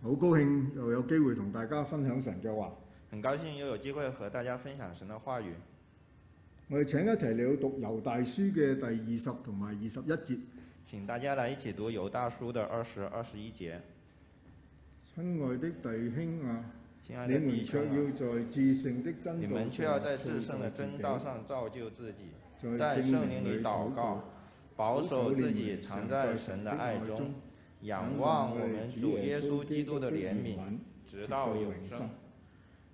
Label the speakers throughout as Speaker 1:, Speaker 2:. Speaker 1: 好高興又有機會同大家分享神嘅話。
Speaker 2: 很高兴又有机会和大家分享神的话语。
Speaker 1: 我哋請一齊嚟到讀猶大書嘅第二十同埋二十一節。
Speaker 2: 请大家来一起读犹大书的二十二十一节。
Speaker 1: 親愛的弟兄啊，
Speaker 2: 亲爱
Speaker 1: 你
Speaker 2: 的
Speaker 1: 們
Speaker 2: 弟
Speaker 1: 卻
Speaker 2: 兄
Speaker 1: 要
Speaker 2: 啊，
Speaker 1: 在至聖的
Speaker 2: 你
Speaker 1: 真道
Speaker 2: 们却要在
Speaker 1: 上
Speaker 2: 至圣的
Speaker 1: 造就
Speaker 2: 真
Speaker 1: 自
Speaker 2: 道
Speaker 1: 己
Speaker 2: 上造就自己，
Speaker 1: 在
Speaker 2: 在
Speaker 1: 聖
Speaker 2: 圣
Speaker 1: 靈
Speaker 2: 灵
Speaker 1: 裏
Speaker 2: 里祷
Speaker 1: 禱
Speaker 2: 告
Speaker 1: 告，，
Speaker 2: 保守自己
Speaker 1: 常
Speaker 2: 藏在神的爱中，，仰望我们主耶稣基督的怜悯，直到永生。。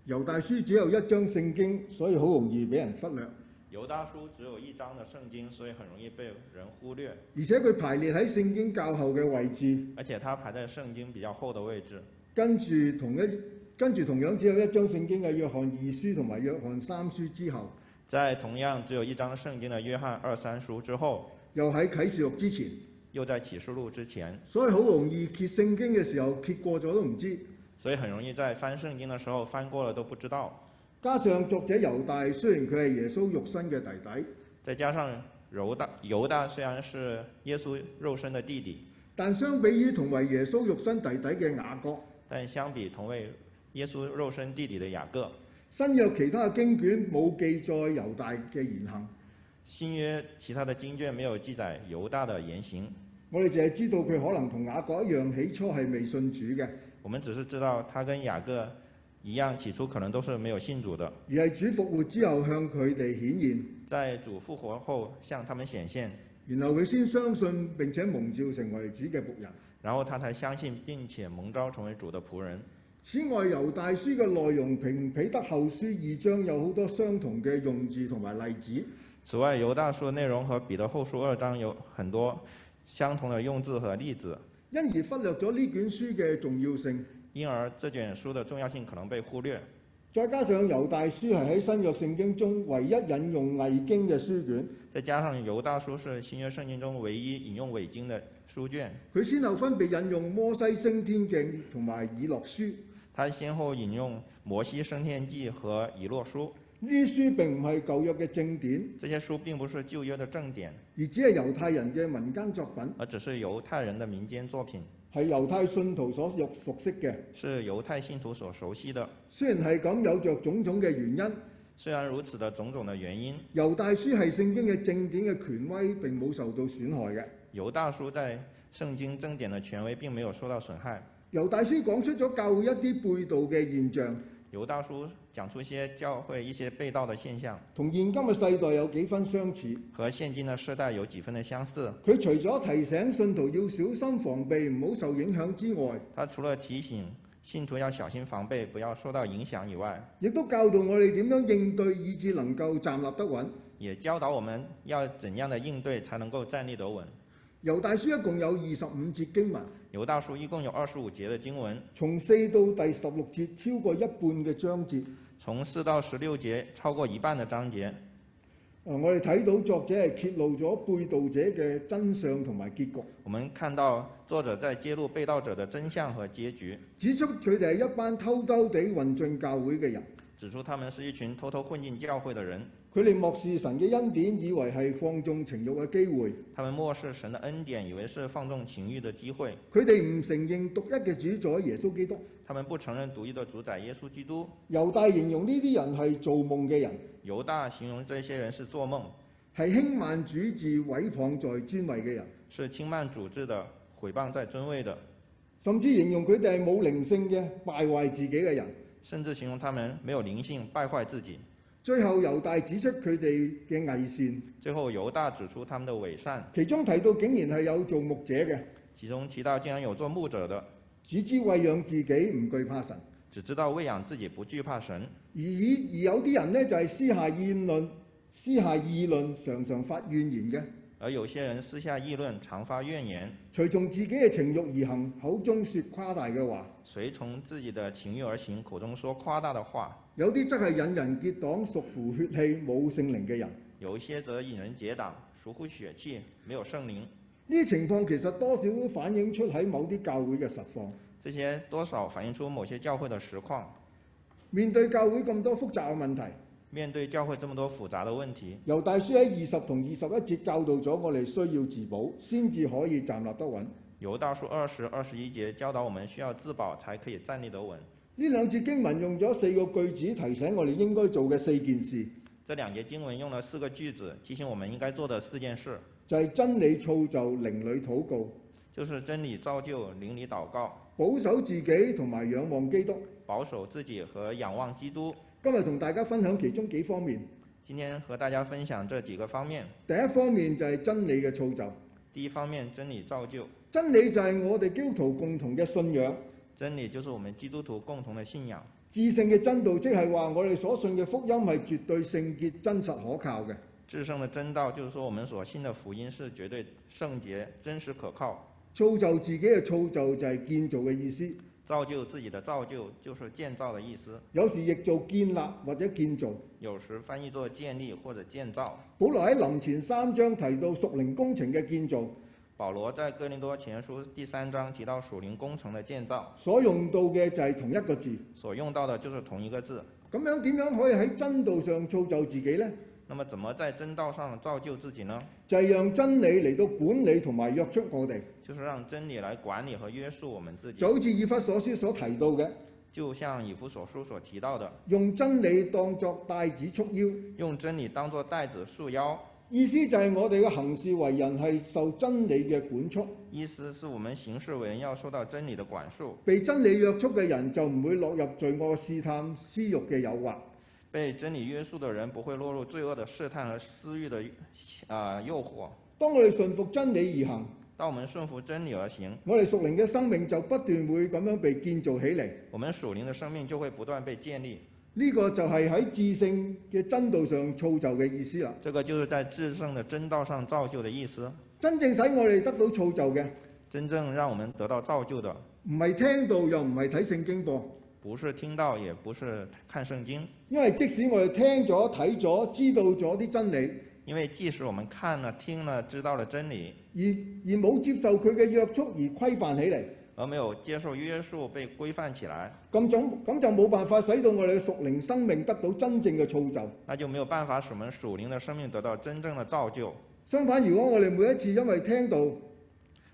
Speaker 1: 猶大書只有一章聖經，所以好容易俾人忽略，
Speaker 2: 犹大书只有一章的圣经，所以很容易被人忽略，
Speaker 1: 而且佢排列喺聖經較後嘅位置，
Speaker 2: 而且它排在圣经比较后的位置。
Speaker 1: 跟住同一跟住同樣只有一章聖經嘅約翰二書同埋約翰三書之後，
Speaker 2: 在同样只有一章圣经的约翰二三书之后，
Speaker 1: 又喺啟示錄之前，
Speaker 2: 又在启示录之前，
Speaker 1: 所以好容易揭聖經嘅時候揭過咗都唔知。
Speaker 2: 所以很容易在翻圣经的时候翻过了都不知道。
Speaker 1: 加上作者猶大雖然佢係耶穌肉身嘅弟弟，
Speaker 2: 再加上犹大，犹大虽然是耶稣肉身的弟弟，
Speaker 1: 但相比於同為耶穌肉身弟弟嘅雅各，
Speaker 2: 但相比同为耶稣肉身弟弟的雅各，
Speaker 1: 新約其他嘅經卷冇記載猶大嘅言行，
Speaker 2: 新约其他的经卷没有记载犹大的言行，
Speaker 1: 我哋淨係知道佢可能同雅各一樣，起初係未信主嘅，
Speaker 2: 我们只是知道他跟雅各一样，起初可能都是没有信主的，
Speaker 1: 而係主復活之後向佢哋顯現。
Speaker 2: 在主复活后向他们显现，
Speaker 1: 然後佢先相信並且蒙召成為主嘅仆人。
Speaker 2: 然后他才相信并且蒙召成为主的仆人。
Speaker 1: 此外，猶大書嘅內容同彼得後書二章有好多相同嘅用字同埋例子，
Speaker 2: 此外，犹大书的内容和彼得后书二章有很多相同的用字和例子，
Speaker 1: 因而忽略咗呢卷書嘅重要性。
Speaker 2: 因而这卷书的重要性可能被忽略。
Speaker 1: 再加上猶大書係喺新約聖經中唯一引用偽經嘅書卷，
Speaker 2: 再加上犹大书是新约圣经中唯一引用伪经的书卷，
Speaker 1: 佢先後分別引用摩西升天記同埋以諾書。
Speaker 2: 他先后引用摩西升天记和以诺书，
Speaker 1: 呢啲書並唔係舊約嘅正典，
Speaker 2: 这些书并不是旧约的正典，
Speaker 1: 而只係猶太人嘅民間作品，
Speaker 2: 而只是犹太人的民间作品，
Speaker 1: 係猶太信徒所熟熟悉嘅。
Speaker 2: 是犹太信徒所熟悉的。
Speaker 1: 雖然係咁，有着種種嘅原因。
Speaker 2: 虽然如此的种种的原因，
Speaker 1: 猶大書係聖經嘅正典嘅權威並冇受到損害嘅。
Speaker 2: 犹大书在圣经正典的权威并没有受到损害。
Speaker 1: 猶大書講出咗教會一啲背道嘅現象，
Speaker 2: 犹大书讲出一些教会一些被盗的现象，
Speaker 1: 同現今嘅世代有幾分相似。
Speaker 2: 和现今的世代有几分的相似。
Speaker 1: 佢除咗提醒信徒要小心防備，唔好受影響之外，
Speaker 2: 他除了提醒信徒要小心防备，不要受到影响以外，
Speaker 1: 亦都教導我哋點樣應對，以致能夠站立得穩。
Speaker 2: 也教导我们要怎样的应对才能够站立得稳。
Speaker 1: 猶大書一共有二十五節經文，
Speaker 2: 犹大书一共有二十五节的经文，
Speaker 1: 從四到第十六節，超過一半嘅章節。
Speaker 2: 从四到十六节超过一半的章节，
Speaker 1: 呃我哋睇到作者係揭露咗背道者嘅真相同埋結局。
Speaker 2: 我们看到作者在揭露被盗者的真相和结局，
Speaker 1: 指出佢哋係一班偷偷地混進教會嘅人，
Speaker 2: 指出他们是一群偷偷混进教会的人，
Speaker 1: 佢哋漠視神嘅恩典，以為係放縱情慾嘅機會。
Speaker 2: 他们漠视神的恩典，以为是放纵情欲的机会。
Speaker 1: 佢哋唔承認獨一嘅主宰耶穌基督。
Speaker 2: 他们不承认独一的主宰耶稣基督。
Speaker 1: 猶大形容呢啲人係做夢嘅人，
Speaker 2: 犹大形容这些人是做梦，
Speaker 1: 係輕慢主治、毀謗在尊位嘅人，
Speaker 2: 是轻慢主治的、毁谤在尊位的，
Speaker 1: 甚至形容佢哋係冇靈性嘅、敗壞自己嘅人。
Speaker 2: 甚至形容他们没有灵性、败坏自己。
Speaker 1: 最後，猶大指出佢哋嘅偽善，
Speaker 2: 最后，犹大指出他们的伪善，
Speaker 1: 其中提到竟然係有做牧者嘅，
Speaker 2: 其中提到竟然有做牧者的，
Speaker 1: 只知餵養自己，唔懼怕神。
Speaker 2: 只知道喂养自己，不惧怕神；
Speaker 1: 而以而有啲人呢，就係、私下議論、私下議論，常常發怨言嘅，
Speaker 2: 而有些人私下议论，常发怨言，
Speaker 1: 隨從自己嘅情欲而行，口中説誇大嘅話。
Speaker 2: 随从自己的情欲而行，口中说夸大的话；
Speaker 1: 有啲則係引人結黨、屬乎血氣、冇聖靈嘅人。
Speaker 2: 有一些则引人结党，疏忽血气，没有圣灵。
Speaker 1: 呢啲情況其實多少都反映出喺某啲教會嘅實況。
Speaker 2: 这些多少反映出某些教会的实况。
Speaker 1: 面對教會咁多複雜嘅問題，
Speaker 2: 面对教会这么多复杂的问题，
Speaker 1: 猶大書喺二十同二十一節教導咗我哋需要自保，先至可以站立得穩。
Speaker 2: 犹大书二十二十一节教导我们需要自保才可以站立得稳。
Speaker 1: 呢兩節經文用咗四個句子提醒我哋應該做嘅四件事，
Speaker 2: 这两节经文用了四个句子，提醒我们应该做的四件事，
Speaker 1: 就係、真理造就、靈裏禱告、
Speaker 2: 就是真理造就、邻里祷告、
Speaker 1: 保守自己同埋仰望基督。
Speaker 2: 保守自己和仰望基督。
Speaker 1: 今日同大家分享其中幾方面。
Speaker 2: 今天和大家分享这几个方面。
Speaker 1: 第一方面就係真理嘅造就，
Speaker 2: 第一方面，真理造就，
Speaker 1: 真理就係我哋基督徒共同嘅信仰。
Speaker 2: 真理就是我们基督徒共同的信仰。
Speaker 1: 至聖嘅真道，即係話我哋所信嘅福音係絕對聖潔、真實可靠嘅。
Speaker 2: 至圣的真道就是说，我们所信的福音是绝对圣洁、真实可靠。
Speaker 1: 造就自己嘅造就就係建造嘅意思，
Speaker 2: 造就自己的造就就是建造的意思，
Speaker 1: 有時亦做建立或者建造。
Speaker 2: 有时翻译作建立或者建造。
Speaker 1: 保羅喺林前三章提到屬靈工程嘅建造，
Speaker 2: 保罗在哥林多前书第三章提到属灵工程的建造，
Speaker 1: 所用到嘅就係同一個字。
Speaker 2: 所用到的就是同一个字。
Speaker 1: 咁樣點樣可以喺真道上造就自己呢？
Speaker 2: 那么，怎么在真道上造就自己呢？
Speaker 1: 就係、讓真理嚟到管理同埋約束我哋，
Speaker 2: 就是让真理来管理和约束我们自己
Speaker 1: 就。好似以弗所書所提到嘅，
Speaker 2: 就像以弗所书所提到的，
Speaker 1: 用真理當作帶子束腰，
Speaker 2: 用真理当作带子束腰，
Speaker 1: 意思就係我哋嘅行事為人係受真理嘅管束，
Speaker 2: 意思是我们行事为人要受到真理的管束，
Speaker 1: 被真理約束嘅人就唔會落入罪惡試探、私欲嘅誘惑。
Speaker 2: 被真理约束的人不会落入罪恶的试探和私欲的啊、呃诱惑。
Speaker 1: 當我哋順服真理而行，
Speaker 2: 当我们顺服真理而行，
Speaker 1: 我哋屬靈嘅生命就不斷會咁樣被建造起嚟。
Speaker 2: 我们属灵的生命就会不断被建立。
Speaker 1: 呢、個就係喺至聖嘅真道上造就嘅意思啦。
Speaker 2: 这个就是在至圣的真道上造就的意思。
Speaker 1: 真正使我哋得到造就嘅，
Speaker 2: 真正讓我们得到造就的，
Speaker 1: 唔係聽到又唔係睇聖經噃。
Speaker 2: 不是听到，也不是看聖經。
Speaker 1: 因為即使我哋聽咗、睇咗、知道咗啲真理，
Speaker 2: 因为即使我们看了、听了、知道了真理，
Speaker 1: 而而冇接受佢嘅約束而規範起嚟，
Speaker 2: 而没有接受约束，被规范起来，
Speaker 1: 咁總咁就冇辦法使到我哋嘅屬靈生命得到真正嘅造就。
Speaker 2: 那就没有办法使我们属灵的生命得到真正的造就。
Speaker 1: 相反，如果我哋每一次因為聽到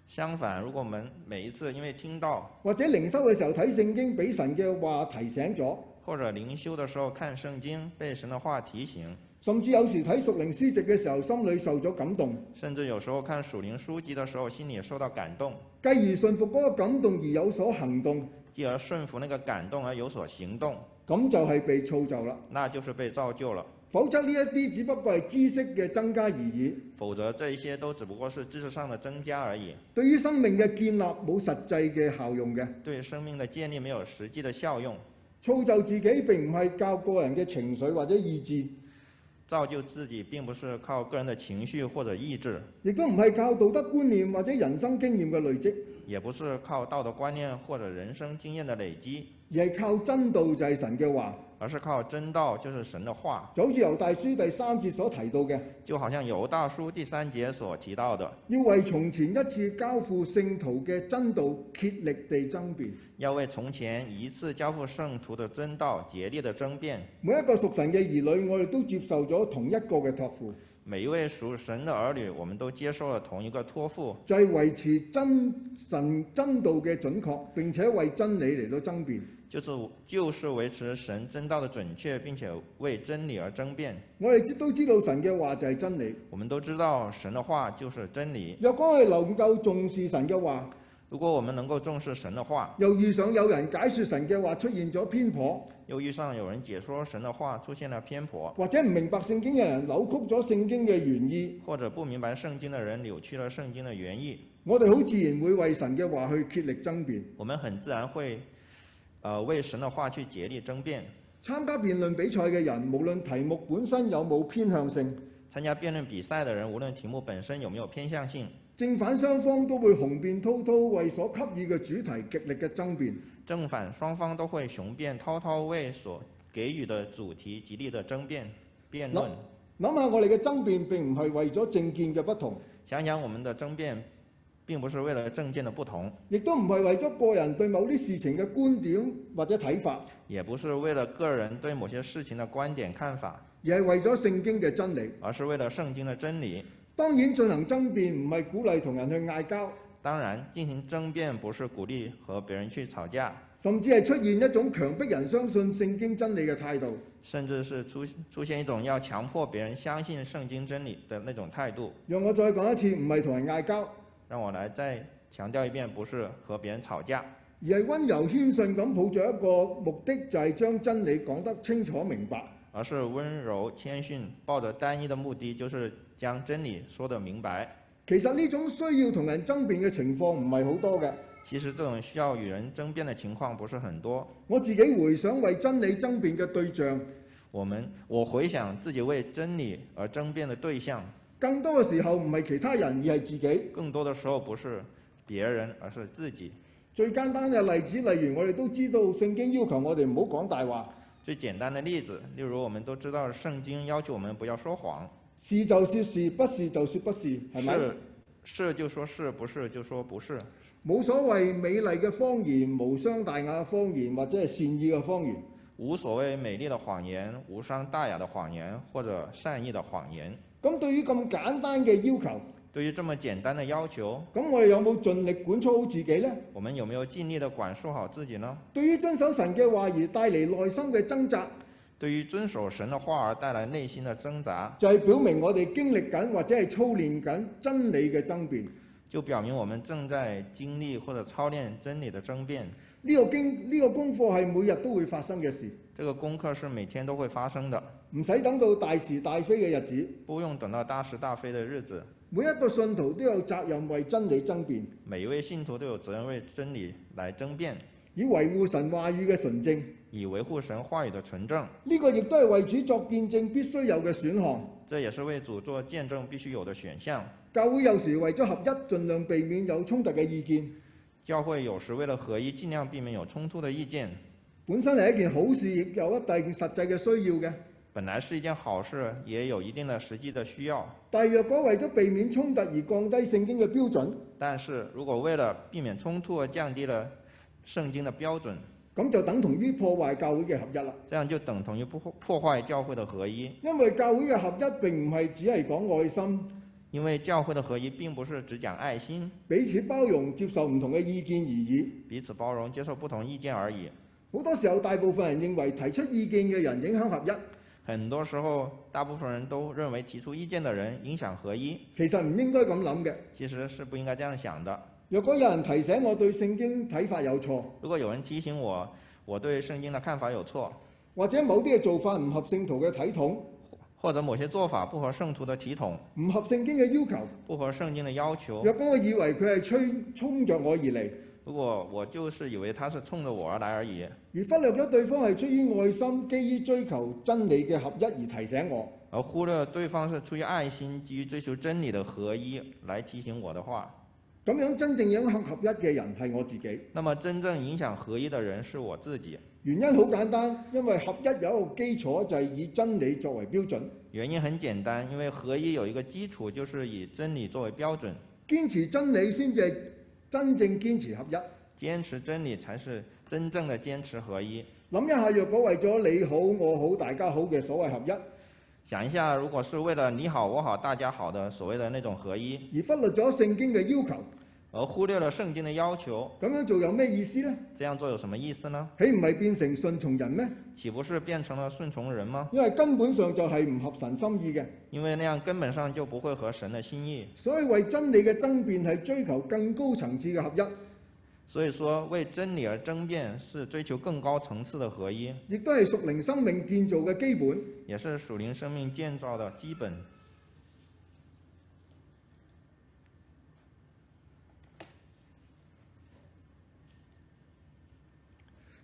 Speaker 2: 相反，如果我们每一次因为聽到
Speaker 1: 或者靈修嘅時候睇聖經，俾神嘅話提醒咗，
Speaker 2: 或者靈修的时候看聖經，被神的话提醒，
Speaker 1: 甚至有時睇屬靈書籍嘅時候，心裏受咗感動，
Speaker 2: 甚至有时候看属灵书籍的时候，心里也受到感動，
Speaker 1: 繼而信服嗰個感動而有所行動，
Speaker 2: 继而順服那个感動而有所行動，
Speaker 1: 咁就係被造就啦。
Speaker 2: 那就是被造就了。
Speaker 1: 否則呢一啲只不過係知識嘅增加而已，
Speaker 2: 否则，这一些都只不過是知識上的增加而已，
Speaker 1: 對於生命嘅建立冇實際嘅效用嘅。
Speaker 2: 对生命的建立没有實際的效用。
Speaker 1: 造就自己並唔係靠個人嘅情緒或者意志，
Speaker 2: 造就自己，并不是靠个人的情绪或者意志，
Speaker 1: 亦都唔係靠道德觀念或者人生經驗嘅累積，
Speaker 2: 也不是靠道德观念或者人生经验的累积，
Speaker 1: 而係靠真道就係神嘅話。
Speaker 2: 而是靠真道，就是神的话。
Speaker 1: 就好似猶大書第三節所提到嘅，
Speaker 2: 就好像犹大书第三节所提到的，
Speaker 1: 要為從前一次交付聖徒嘅真道竭力地爭辯。
Speaker 2: 要为从前一次交付圣徒的真道竭力的争辩。
Speaker 1: 每一個屬神嘅兒女，我哋都接受咗同一個嘅托付，
Speaker 2: 每一位属神的儿女，我们都接受了同一个托付，
Speaker 1: 就係、維持真神真道嘅準確，並且為真理嚟到爭辯。
Speaker 2: 就是就是维持神真道的准确，并且为真理而争辩。
Speaker 1: 我哋知都知道神嘅話就係真理。
Speaker 2: 我们都知道神的话就是真理。
Speaker 1: 若果我哋能夠重視神嘅話，
Speaker 2: 如果我们能够重视神的话，
Speaker 1: 又遇上有人解説神嘅話出現咗偏頗，
Speaker 2: 又遇上有人解说神的话出现了偏颇，
Speaker 1: 或者唔明白聖經嘅人扭曲咗聖經嘅原意，
Speaker 2: 或者不明白圣经的人扭曲了圣经的原意，
Speaker 1: 我哋好自然會為神嘅話去竭力爭辯。
Speaker 2: 我们很自然会，呃，为神的话去竭力争辩。
Speaker 1: 參加辯論比賽嘅人，無論題目本身有冇偏向性，
Speaker 2: 参加辩论比赛的人，无论题目本身有没有偏向性，
Speaker 1: 正反雙方都會雄辯滔滔，為所給予嘅主題極力嘅爭辯。
Speaker 2: 正反双方都会雄辩滔滔为所给予的主题极力的争辩辩论。
Speaker 1: 諗下我哋嘅爭辯並唔係為咗政見嘅不同，
Speaker 2: 想想我们的争辩，并不是为了政见的不同，
Speaker 1: 亦都唔係為咗個人對某啲事情嘅觀點或者睇法，
Speaker 2: 也不是为了个人对某些事情的观点看法，
Speaker 1: 而係為咗聖經嘅真理。
Speaker 2: 而是为了圣经的真理。
Speaker 1: 當然進行爭辯唔係鼓勵同人去嗌交，
Speaker 2: 当然，进行争辩不是鼓励和别人去吵架，
Speaker 1: 甚至係出現一種強迫人相信聖經真理嘅態度。
Speaker 2: 甚至是出出现一种要强迫别人相信圣经真理的那种态度。
Speaker 1: 讓我再講一次，唔係同人嗌交，
Speaker 2: 让我来再强调一遍，不是和别人吵架，
Speaker 1: 而係温柔謙遜咁抱着一個目的，就係將真理講得清楚明白。
Speaker 2: 而是温柔谦逊，抱着单一的目的，就是将真理说得明白。
Speaker 1: 其實呢種需要同人爭辯嘅情況唔係好多嘅。
Speaker 2: 其实这种需要与人争辩的情况不是很多。
Speaker 1: 我自己回想為真理爭辯嘅對象，
Speaker 2: 我们我回想自己为真理而争辩的对象，
Speaker 1: 更多嘅時候唔係其他人，而係自己。
Speaker 2: 更多的时候不是别人，而是自己。
Speaker 1: 最簡單嘅例子，例如我哋都知道聖經要求我哋唔好講大話，
Speaker 2: 最简单的例子，例如我们都知道圣经要求我们不要说谎，
Speaker 1: 是就說是，不是就說不是，係咪？
Speaker 2: 是是就说是不是就说不是，
Speaker 1: 冇所謂美麗嘅方言、無傷大雅嘅方言，或者係善意嘅方言。
Speaker 2: 无所谓美丽的谎言、无伤大雅的谎言或者善意的谎言。
Speaker 1: 咁對於咁簡單嘅要求，
Speaker 2: 对于这么简单的要求，
Speaker 1: 咁我哋有冇盡力管束好自己呢？
Speaker 2: 我们有没有尽力的管束好自己呢？
Speaker 1: 對於遵守神嘅話而帶嚟內心嘅掙扎，
Speaker 2: 对于遵守神的话而带来内心的挣扎，
Speaker 1: 就係、表明我哋經歷緊或者係操練緊真理嘅爭辯。
Speaker 2: 就表明我们正在经历或者操练真理的争辩。
Speaker 1: 呢、個經呢、個功課係每日都會發生嘅事，
Speaker 2: 这个功课是每天都会发生的，
Speaker 1: 唔使等到大是大非嘅日子。
Speaker 2: 不用等到大是大非的日子。
Speaker 1: 每一個信徒都有責任為真理爭辯，
Speaker 2: 每一位信徒都有责任为真理来争辩，
Speaker 1: 以維護神話語嘅純正。
Speaker 2: 以维护神话语的纯正。
Speaker 1: 呢、個亦都係為主作見證必須有嘅選項。
Speaker 2: 这也是为主做见证必须有的选项。
Speaker 1: 教會有時為咗合一，盡量避免有衝突嘅意見，
Speaker 2: 教会有时为了合一，尽量避免有冲突的意见，
Speaker 1: 本身係一件好事，亦有一定實際嘅需要嘅。
Speaker 2: 本来是一件好事，也有一定的实际的需要。
Speaker 1: 但係若果為咗避免衝突而降低聖經嘅標準，
Speaker 2: 但是如果为了避免冲突而降低了圣经的标准，
Speaker 1: 咁就等同於破壞教會嘅合一啦。
Speaker 2: 这样就等同于破破坏教会的合一。
Speaker 1: 因為教會嘅合一並唔係只係講愛心，
Speaker 2: 因为教会的合一并不是只讲爱心，
Speaker 1: 彼此包容、接受唔同嘅意見而已。
Speaker 2: 彼此包容，接受不同意見而已。
Speaker 1: 好多時候，大部分人認為提出意見嘅人影響合一，
Speaker 2: 很多时候，大部分人都认为提出意见的人影响合一，
Speaker 1: 其實唔應該咁諗嘅。
Speaker 2: 其实是不应該这样想的。
Speaker 1: 若果有人提醒我對聖經睇法有錯，
Speaker 2: 如果有人提醒我，我对圣经的看法有错，
Speaker 1: 或者某啲嘅做法唔合聖徒嘅體統，
Speaker 2: 或者某些做法不合圣徒的体统，
Speaker 1: 唔合聖經嘅要求，
Speaker 2: 不合圣经的要求，
Speaker 1: 若果我以為佢係吹衝着我而嚟，
Speaker 2: 如果我就是以为他是衝着我而来而已，
Speaker 1: 而忽略咗對方係出於愛心、基於追求真理嘅合一而提醒我，
Speaker 2: 而忽略对方是出于爱心、基于追求真理的合一来提醒我的话，
Speaker 1: 咁樣真正影響合一嘅人係我自己。
Speaker 2: 那么真正影响合一的人是我自己。
Speaker 1: 原因好簡單，因為合一有一個基礎就係以真理作為標準，
Speaker 2: 原因很简单，因为合一有一个基础，就是以真理作为标准，
Speaker 1: 堅持真理先至係真正堅持合一。
Speaker 2: 坚持真理才是真正的坚持合一。
Speaker 1: 諗一下，若果為咗你好、我好、大家好嘅所謂合一，
Speaker 2: 想一下，如果是为了你好、我好、大家好的所谓的那种合一，
Speaker 1: 而忽略咗聖經嘅要求，
Speaker 2: 而忽略了圣经的要求，
Speaker 1: 咁樣做有咩意思呢？
Speaker 2: 这样做有什么意思呢？
Speaker 1: 岂唔係變成順從人咩？
Speaker 2: 岂不是变成了顺从人吗？
Speaker 1: 因為根本上就係唔合神心意嘅，
Speaker 2: 因为那样根本上就不会合神的心意。
Speaker 1: 所以為真理嘅爭辯係追求更高層次嘅合一，
Speaker 2: 所以说，为真理而争辩是追求更高层次的合一，
Speaker 1: 亦都係屬靈生命建造嘅基本。
Speaker 2: 也是属灵生命建造的基本。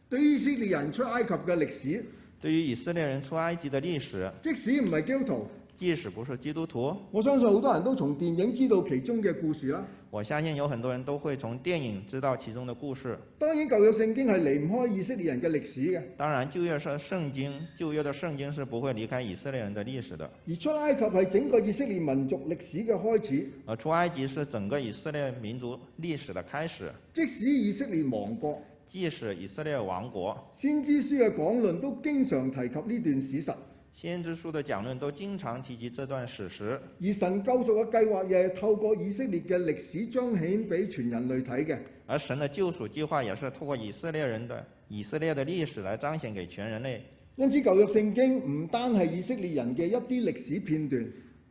Speaker 1: 對於以色列人出埃及嘅歷史，
Speaker 2: 对于以色列人出埃及的历史，
Speaker 1: 即使唔係基督徒，
Speaker 2: 即使不是基督徒，
Speaker 1: 我相信好多人都從電影知道其中嘅故事啦。
Speaker 2: 我相信有很多人都会从電影知道其中的故事。
Speaker 1: 當然舊約聖經係離唔開以色列人嘅歷史嘅，
Speaker 2: 当然，旧约是圣经，旧约的圣经是不会离开以色列人的历史的。
Speaker 1: 而出埃及係整個以色列民族歷史嘅開始。
Speaker 2: 而出埃及是整个以色列民族历史的开始，
Speaker 1: 即使以色列亡國，
Speaker 2: 即使以色列王国，
Speaker 1: 先知書嘅講論都經常提及呢段史實。
Speaker 2: 先知书的讲论都经常提及这段史实，
Speaker 1: 而神救贖嘅計劃亦係透過以色列嘅歷史彰顯俾全人類睇嘅。
Speaker 2: 而神的救赎计划也是透过以色列人的以色列的历史来彰显给全人类。
Speaker 1: 因此舊約聖經唔單係以色列人嘅一啲歷史片段，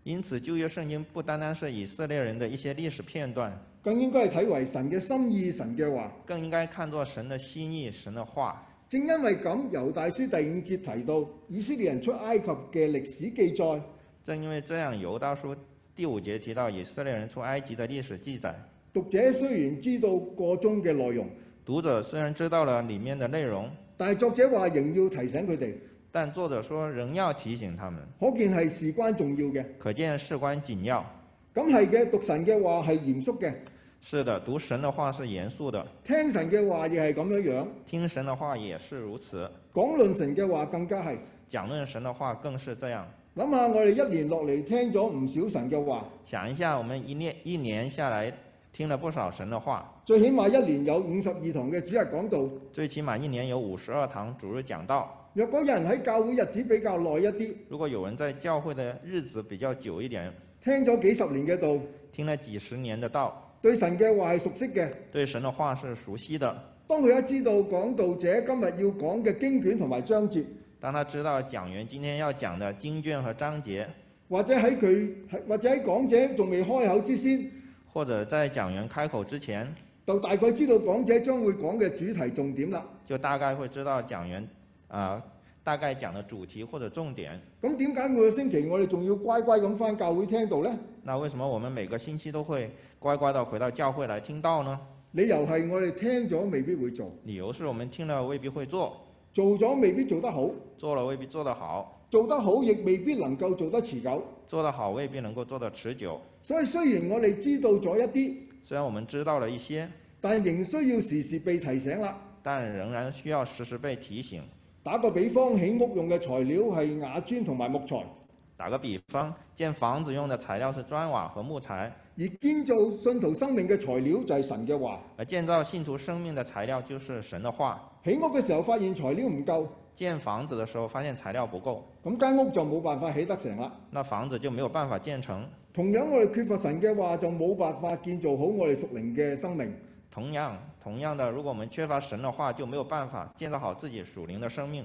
Speaker 2: 因此，旧约圣经不单单是以色列人的一些历史片段，
Speaker 1: 更應該係睇為神嘅心意、神嘅話。
Speaker 2: 更应该看作神的心意、神的话。
Speaker 1: 正因為咁，猶大書第五節提到以色列人出埃及嘅歷史記載，
Speaker 2: 正因为这样，犹大书第五节提到以色列人出埃及的历史记载，
Speaker 1: 讀者雖然知道個中嘅內容，
Speaker 2: 读者虽然知道了里面的内容，
Speaker 1: 但係作者話仍要提醒佢哋，
Speaker 2: 但作者说仍要提醒他们，
Speaker 1: 可見係事關重要嘅。
Speaker 2: 可见事关紧要。
Speaker 1: 咁係嘅，讀神嘅話係嚴肅嘅，
Speaker 2: 是的，读神的话是严肃的，
Speaker 1: 聽神嘅話亦係咁樣樣，
Speaker 2: 听神的话也是如此，
Speaker 1: 講論神嘅話更加係。
Speaker 2: 讲论神的话更是这样。
Speaker 1: 諗下我哋一年落嚟聽咗唔少神嘅話，
Speaker 2: 想一下，我们一年一年下来听了不少神的话，
Speaker 1: 最起碼一年有五十二堂嘅主日講道。
Speaker 2: 最起码一年有五十二堂主日讲道。
Speaker 1: 若果有人喺教會日子比較耐一啲，
Speaker 2: 如果有人在教会的日子比较久一点，
Speaker 1: 聽咗幾十年嘅道，
Speaker 2: 听了几十年的道，
Speaker 1: 對神嘅話係熟悉嘅。
Speaker 2: 对神的话是熟悉的。
Speaker 1: 當佢一知道講道者今日要講嘅經卷同埋章節，
Speaker 2: 当他知道讲员今天要讲的经卷和章节，
Speaker 1: 或者喺佢或者喺講者仲未開口之先，
Speaker 2: 或者在讲员开口之前，
Speaker 1: 就大概知道講者將會講嘅主題重點啦。
Speaker 2: 就大概会知道讲员啊、呃大概讲的主题或者重点。
Speaker 1: 咁點解每個星期我哋仲要乖乖咁翻教會聽道呢？
Speaker 2: 那为什么我们每个星期都会乖乖的回到教会来听道呢？
Speaker 1: 理由係我哋聽咗未必會做，
Speaker 2: 理由是我们听了未必会做，
Speaker 1: 做咗未必做得好，
Speaker 2: 做了未必做得好，
Speaker 1: 做得好亦未必能夠做得持久。
Speaker 2: 做得好未必能够做得持久。
Speaker 1: 所以雖然我哋知道咗一啲，
Speaker 2: 虽然我们知道了一些，
Speaker 1: 但仍需要時時被提醒啦。
Speaker 2: 但仍然需要时时被提醒。
Speaker 1: 打個比方，起屋用嘅材料係瓦磚同埋木材，
Speaker 2: 打个比方，建房子用的材料是砖瓦和木材，
Speaker 1: 而建造信徒生命嘅材料就係神嘅話。
Speaker 2: 而建造信徒生命的材料就是神的话。
Speaker 1: 起屋嘅時候發現材料唔夠，
Speaker 2: 建房子的时候发现材料不够，
Speaker 1: 咁間屋就冇辦法起得成啦。
Speaker 2: 那房子就没有办法建成。
Speaker 1: 同樣，我哋缺乏神嘅話，就冇辦法建造好我哋屬靈嘅生命。
Speaker 2: 同样，同样的，如果我们缺乏神的话，就没有办法建造好自己属灵的生命。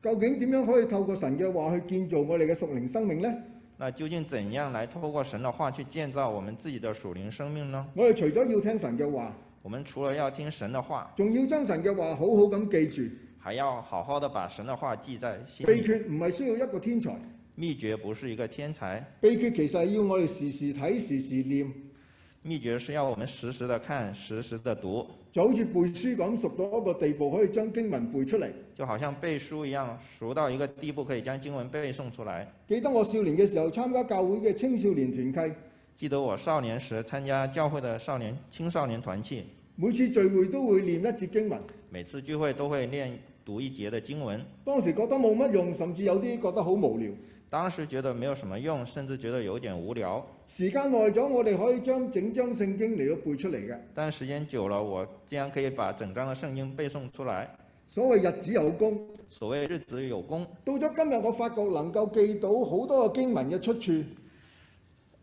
Speaker 1: 究竟點樣可以透過神嘅話去建造我哋嘅屬靈生命呢？
Speaker 2: 那究竟怎样来透过神的话去建造我们自己的属灵生命呢？
Speaker 1: 我哋除咗要聽神嘅話，
Speaker 2: 我们除了要听神的话，
Speaker 1: 仲要將神嘅話好好咁記
Speaker 2: 还要好好的把神的话记在
Speaker 1: 住。
Speaker 2: 心
Speaker 1: 秘
Speaker 2: 里。
Speaker 1: 訣唔係需要一個天才，
Speaker 2: 秘诀不是一个天才，
Speaker 1: 秘訣其實係要我哋時時睇、時時念，
Speaker 2: 秘诀是要我们实时的看，实时的读，
Speaker 1: 就好似背書咁，熟到一個地步可以將經文背出嚟。
Speaker 2: 就好像背书一样，熟到一个地步可以将经文背诵出来。
Speaker 1: 記得我少年嘅時候參加教會嘅青少年團契，
Speaker 2: 记得我少年时参加教会的少年青少年团契，
Speaker 1: 每次聚會都會念一節經文。
Speaker 2: 每次聚会都会念读一节的经文。
Speaker 1: 當時覺得冇乜用，甚至有啲覺得好無聊。
Speaker 2: 当时觉得没有什么用，甚至觉得有点無聊。
Speaker 1: 時間耐咗，我哋可以將整章聖經嚟到背出嚟嘅。
Speaker 2: 但时间久了，我竟然可以把整章的圣经背诵出来。
Speaker 1: 所謂日子有功，
Speaker 2: 所谓日子有功，
Speaker 1: 到咗今日，我發覺能夠記到好多個經文嘅出處，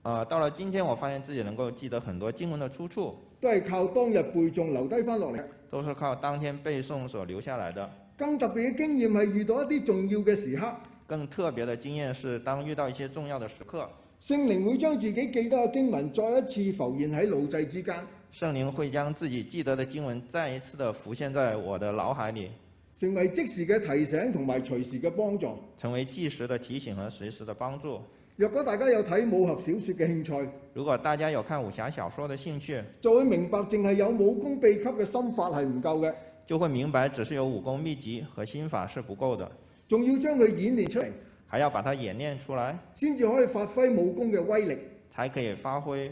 Speaker 2: 啊、到了今天，我发现自己能够记得很多经文的出处，
Speaker 1: 都係靠當日背誦留低翻落嚟。
Speaker 2: 都是靠当天背诵所留下来的。
Speaker 1: 更特別嘅經驗係遇到一啲重要嘅時刻，
Speaker 2: 更特别的经验是，当遇到一些重要的时刻，
Speaker 1: 聖靈會將自己記得嘅經文再一次浮現喺腦際之間，
Speaker 2: 圣灵会将自己记得的经文再一次的浮现在我的脑海里，
Speaker 1: 成為即時嘅提醒同埋隨時嘅幫助。
Speaker 2: 成为即时的提醒和随时的帮助。
Speaker 1: 若果大家有睇武俠小說嘅興趣，
Speaker 2: 如果大家有看武侠小说的兴趣，
Speaker 1: 就會明白淨係有武功秘笈嘅心法係唔夠嘅，
Speaker 2: 就会明白，只是有武功秘籍和心法是不够的，
Speaker 1: 仲要將佢演練出嚟，
Speaker 2: 还要把它演练出来，
Speaker 1: 先至可以發揮武功嘅威力。
Speaker 2: 才可以发挥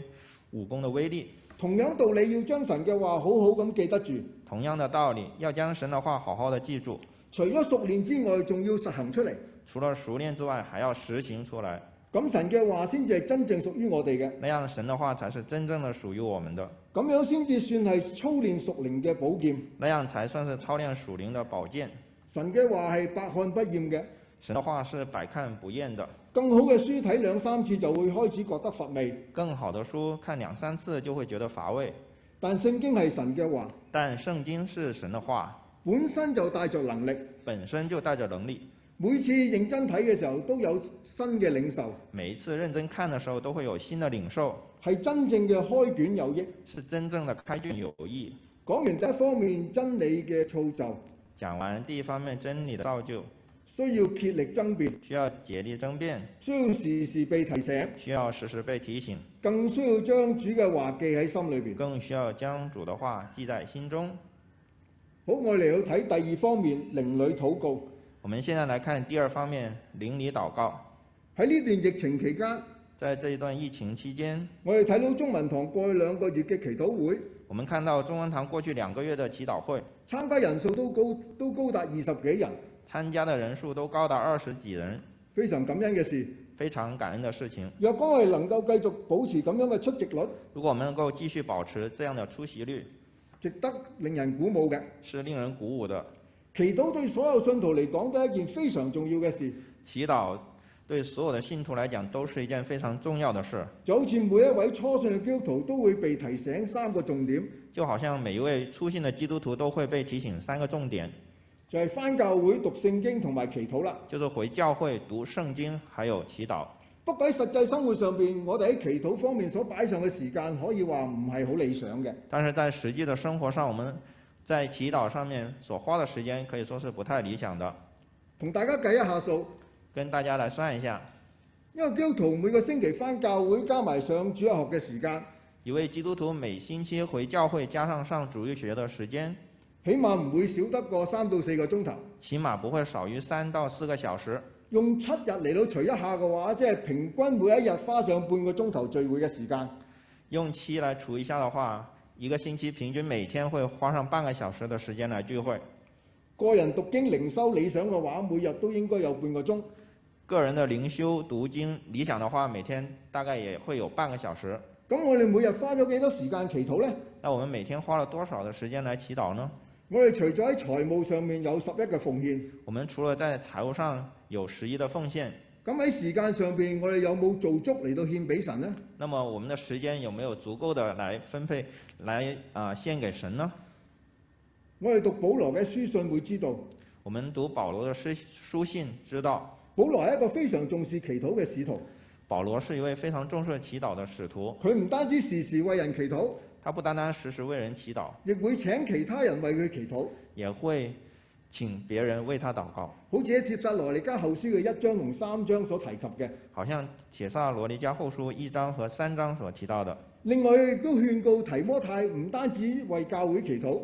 Speaker 2: 武功的威力。
Speaker 1: 同樣道理，要將神嘅話好好咁記得住。
Speaker 2: 同样的道理，要将神的话好好的记住，
Speaker 1: 除咗熟練之外，仲要實行出嚟。
Speaker 2: 除了熟练之外，还要实行出来，
Speaker 1: 咁神嘅話先至係真正屬於我哋嘅，
Speaker 2: 那样神的话才是真正的属于我们的，
Speaker 1: 咁樣先至算係操練熟練嘅寶劍。
Speaker 2: 那样才算是操练属灵的宝剑。
Speaker 1: 神嘅話係百看不厭嘅，
Speaker 2: 神的话是百看不厌的，
Speaker 1: 更好嘅書睇兩三次就會開始覺得乏味，
Speaker 2: 更好的书看两三次就会觉得乏味。
Speaker 1: 但聖經係神嘅話，
Speaker 2: 但圣经是神的话，
Speaker 1: 本身就帶着能力，
Speaker 2: 本身就带着能力，
Speaker 1: 每次認真睇嘅時候都有新嘅領受，
Speaker 2: 每一次认真看的时候都会有新的领受，
Speaker 1: 係真正嘅開卷有益。
Speaker 2: 是真正的开卷有益。
Speaker 1: 講完第一方面真理嘅造就，
Speaker 2: 讲完第一方面真理的造就，
Speaker 1: 需要竭力爭辯，
Speaker 2: 需要竭力争辩，
Speaker 1: 需要時時被提醒，
Speaker 2: 需要时时被提醒，
Speaker 1: 更需要將主嘅話記喺心裏邊。
Speaker 2: 更需要将主的话记在心中。
Speaker 1: 好，我哋要睇第二方面靈裏禱告。
Speaker 2: 我们现在来看第二方面，邻里祷告。
Speaker 1: 喺呢段疫情期間，
Speaker 2: 在这一段疫情期间，
Speaker 1: 我哋睇到中文堂過去兩個月嘅祈禱會，
Speaker 2: 我们看到中文堂过去两个月的祈祷會，
Speaker 1: 參加人數都高都高達二十幾人，
Speaker 2: 参加的人数都高达二十几人，
Speaker 1: 非常感恩嘅事。
Speaker 2: 非常感恩的事情。
Speaker 1: 若果我哋能夠繼續保持咁樣嘅出席率，
Speaker 2: 如果我们能够继续保持这样的出席率，
Speaker 1: 值得令人鼓舞嘅。
Speaker 2: 是令人鼓舞的。
Speaker 1: 祈禱對所有信徒嚟講都係一件非常重要嘅事，
Speaker 2: 祈祷对所有的信徒来讲都是一件非常重要的事，
Speaker 1: 就好似每一位初信嘅基督徒都會被提醒三個重點，
Speaker 2: 就好像每一位出信的基督徒都会被提醒三个重点，
Speaker 1: 就係、返教會讀聖經同埋祈禱啦。
Speaker 2: 就是回教会、读圣经，还有祈祷。
Speaker 1: 不過喺實際生活上邊，我哋喺祈禱方面所擺上嘅時間，可以話唔係好理想嘅。
Speaker 2: 但是在实际的生活上，我们在祈祷上面所花的时间可以说是不太理想的。
Speaker 1: 同大家計一下數，
Speaker 2: 跟大家来算一下，
Speaker 1: 因為基督徒每個星期返教會加埋上主日學嘅時間，
Speaker 2: 一位基督徒每星期回教会加上上主日学的时间，
Speaker 1: 起碼唔會少得過三到四個鐘頭。
Speaker 2: 起码不会少于三到四个小时。
Speaker 1: 用七日嚟到除一下嘅話，即係平均每一日花上半個鐘頭聚會嘅時間。
Speaker 2: 用七来除一下的话，一个星期平均每天会花上半个小时的时间来聚会。
Speaker 1: 個人讀經靈修理想嘅話，每日都應該有半個鐘。
Speaker 2: 个人的灵修读经理想的话，每天大概也会有半个小时。
Speaker 1: 咁我哋每日花咗幾多時間祈禱呢？
Speaker 2: 那我们每天花了多少的时间来祈祷呢？
Speaker 1: 我哋除咗喺財務上面有十一嘅奉獻，
Speaker 2: 我们除了在财务上有十一的奉献，
Speaker 1: 咁喺時間上邊我哋有冇做足嚟到獻俾神呢？
Speaker 2: 那么我们的时间有没有足够的来分配来啊、献给神呢？
Speaker 1: 我哋讀保羅嘅書信會知道，
Speaker 2: 我们读保罗的诗书信，知道
Speaker 1: 保羅係一個非常重視祈禱嘅使徒，
Speaker 2: 保罗是一位非常重视祈祷的使徒，
Speaker 1: 佢唔單止時時為人祈禱，
Speaker 2: 他不单单时时为人祈祷，
Speaker 1: 亦會請其他人為佢祈禱。
Speaker 2: 也会请别人为他祷告。
Speaker 1: 好似喺帖撒羅尼加後書嘅一章同三章所提及嘅。
Speaker 2: 好像《铁萨罗尼迦后书》一章和三章所提到的，
Speaker 1: 另外亦都勸告提摩太唔單止為教會祈禱，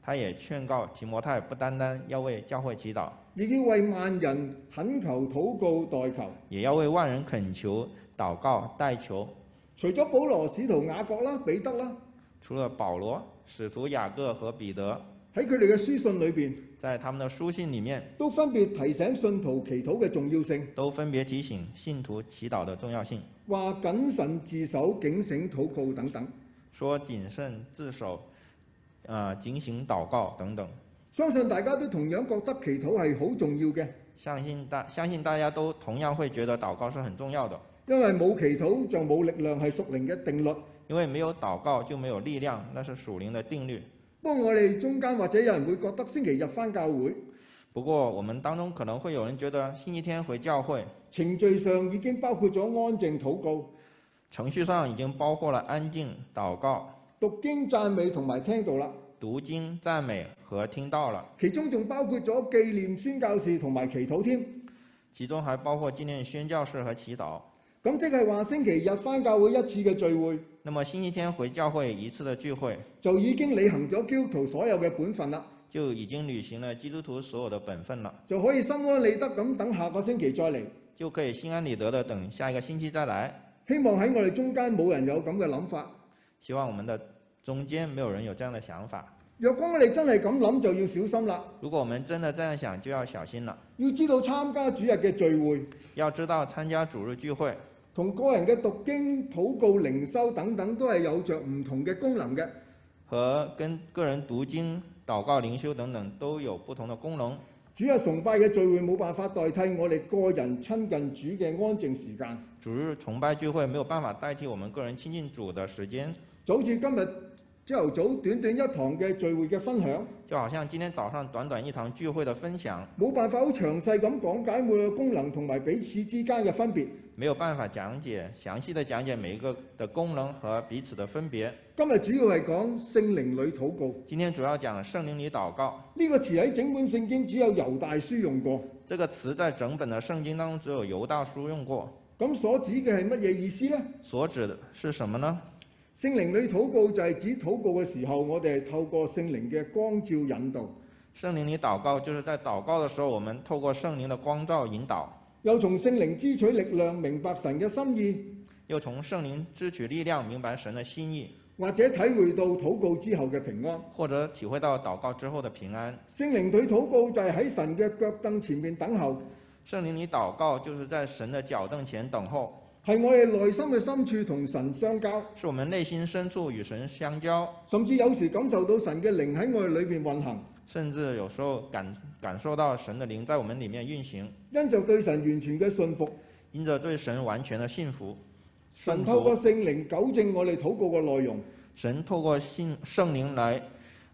Speaker 2: 他也劝告提摩太不单单要为教会祈祷，
Speaker 1: 亦要為萬人懇求、禱告、代求。
Speaker 2: 也要为万人恳求、祷告、代求。
Speaker 1: 除咗保羅、使徒雅各啦、彼得啦，
Speaker 2: 除了保罗、使徒雅各和彼得，
Speaker 1: 喺佢哋嘅書信裏邊
Speaker 2: 在他们的书信里面
Speaker 1: 都分別提醒信徒祈禱嘅重要性，
Speaker 2: 都分别提醒信徒祈祷的重要性，
Speaker 1: 話謹慎自守、警醒禱告等等。
Speaker 2: 说谨慎自守，呃，警醒祷告等等。
Speaker 1: 相信大家都同樣覺得祈禱係好重要嘅，
Speaker 2: 相信大相信大家都同样会觉得祷告是很重要的，
Speaker 1: 因為冇祈禱就冇力量係屬靈嘅定律。
Speaker 2: 因为没有祷告就没有力量，那是属灵的定律。
Speaker 1: 不過我哋中間或者有人會覺得星期日返教會
Speaker 2: 不过，我们当中可能会有人觉得星期天回教会，
Speaker 1: 程序上已經包括咗安靜禱告。
Speaker 2: 程序上已经包括了安静、祷告、
Speaker 1: 讀經讚美同埋聽到啦，
Speaker 2: 读经、赞美和听到了，
Speaker 1: 其中仲包括咗紀念宣教士同埋祈禱添。
Speaker 2: 其中还包括纪念宣教士和祈祷。
Speaker 1: 咁即係話星期日返教會一次嘅聚會，
Speaker 2: 那么星期天回教会一次的聚会，
Speaker 1: 就已經履行咗基督徒所有嘅本分啦，
Speaker 2: 就已经履行了基督徒所有的本分了，
Speaker 1: 就可以心安理得咁等下個星期再嚟。
Speaker 2: 就可以心安理得的等下一个星期再来。
Speaker 1: 希望喺我哋中間冇人有咁嘅諗法。
Speaker 2: 希望我们的中间没有人有这样的想法。
Speaker 1: 若果我哋真係咁諗，就要小心啦。
Speaker 2: 如果我们真的这样想，就要小心了。
Speaker 1: 要知道參加主日嘅聚會，
Speaker 2: 要知道，参加主日聚会
Speaker 1: 同個人嘅讀經、禱告、靈修等等，都係有着唔同嘅功能嘅。
Speaker 2: 和跟个人读经、祷告、灵修等等都有不同的功能。
Speaker 1: 主日崇拜嘅聚會冇辦法代替我哋個人親近主嘅安靜時間，
Speaker 2: 主日崇拜聚会没有办法代替我们个人亲近主的时间，
Speaker 1: 就好似今日朝頭早短短一堂嘅聚會嘅分享，
Speaker 2: 就好像今天早上短短一堂聚会的分享，
Speaker 1: 冇辦法好詳細咁講解每個功能同埋彼此之間嘅分別。
Speaker 2: 没有办法讲解详细的讲解每一个的功能和彼此的分别。
Speaker 1: 今日主要係講聖靈裏禱告
Speaker 2: 今天主要讲圣灵里祷告
Speaker 1: 呢、個詞喺整本聖經只有猶大書用過，
Speaker 2: 这个词，在整本的圣经当中只有犹大书用过，
Speaker 1: 咁所指嘅係乜嘢意思呢？
Speaker 2: 所指的是什么呢？
Speaker 1: 聖靈裏禱告就係指禱告嘅時候，我哋係透過聖靈嘅光照引導，
Speaker 2: 圣灵里祷告就是在祷告的时候，我们透过圣灵的光照引导，
Speaker 1: 又從聖靈支取力量，明白神嘅心意，
Speaker 2: 又从圣灵支取力量，明白神的心意，
Speaker 1: 或者體會到禱告之後嘅平安。
Speaker 2: 或者体会到祷告之后的平安。
Speaker 1: 聖靈裏禱告就係喺神嘅腳凳前面等候，
Speaker 2: 圣灵里祷告就是在神的脚凳前等候，
Speaker 1: 係我哋內心嘅深處同神相交，
Speaker 2: 是我们内心深处与神相交，
Speaker 1: 甚至有時感受到神嘅靈喺我哋裏邊運行，
Speaker 2: 甚至有时候感感受到神的灵在我们里面运行，
Speaker 1: 因就對神完全嘅信服。
Speaker 2: 因着对神完全的信服，
Speaker 1: 神
Speaker 2: 信
Speaker 1: 透過
Speaker 2: 服
Speaker 1: 聖靈糾正我哋禱告嘅內容，
Speaker 2: 神透过信圣灵来，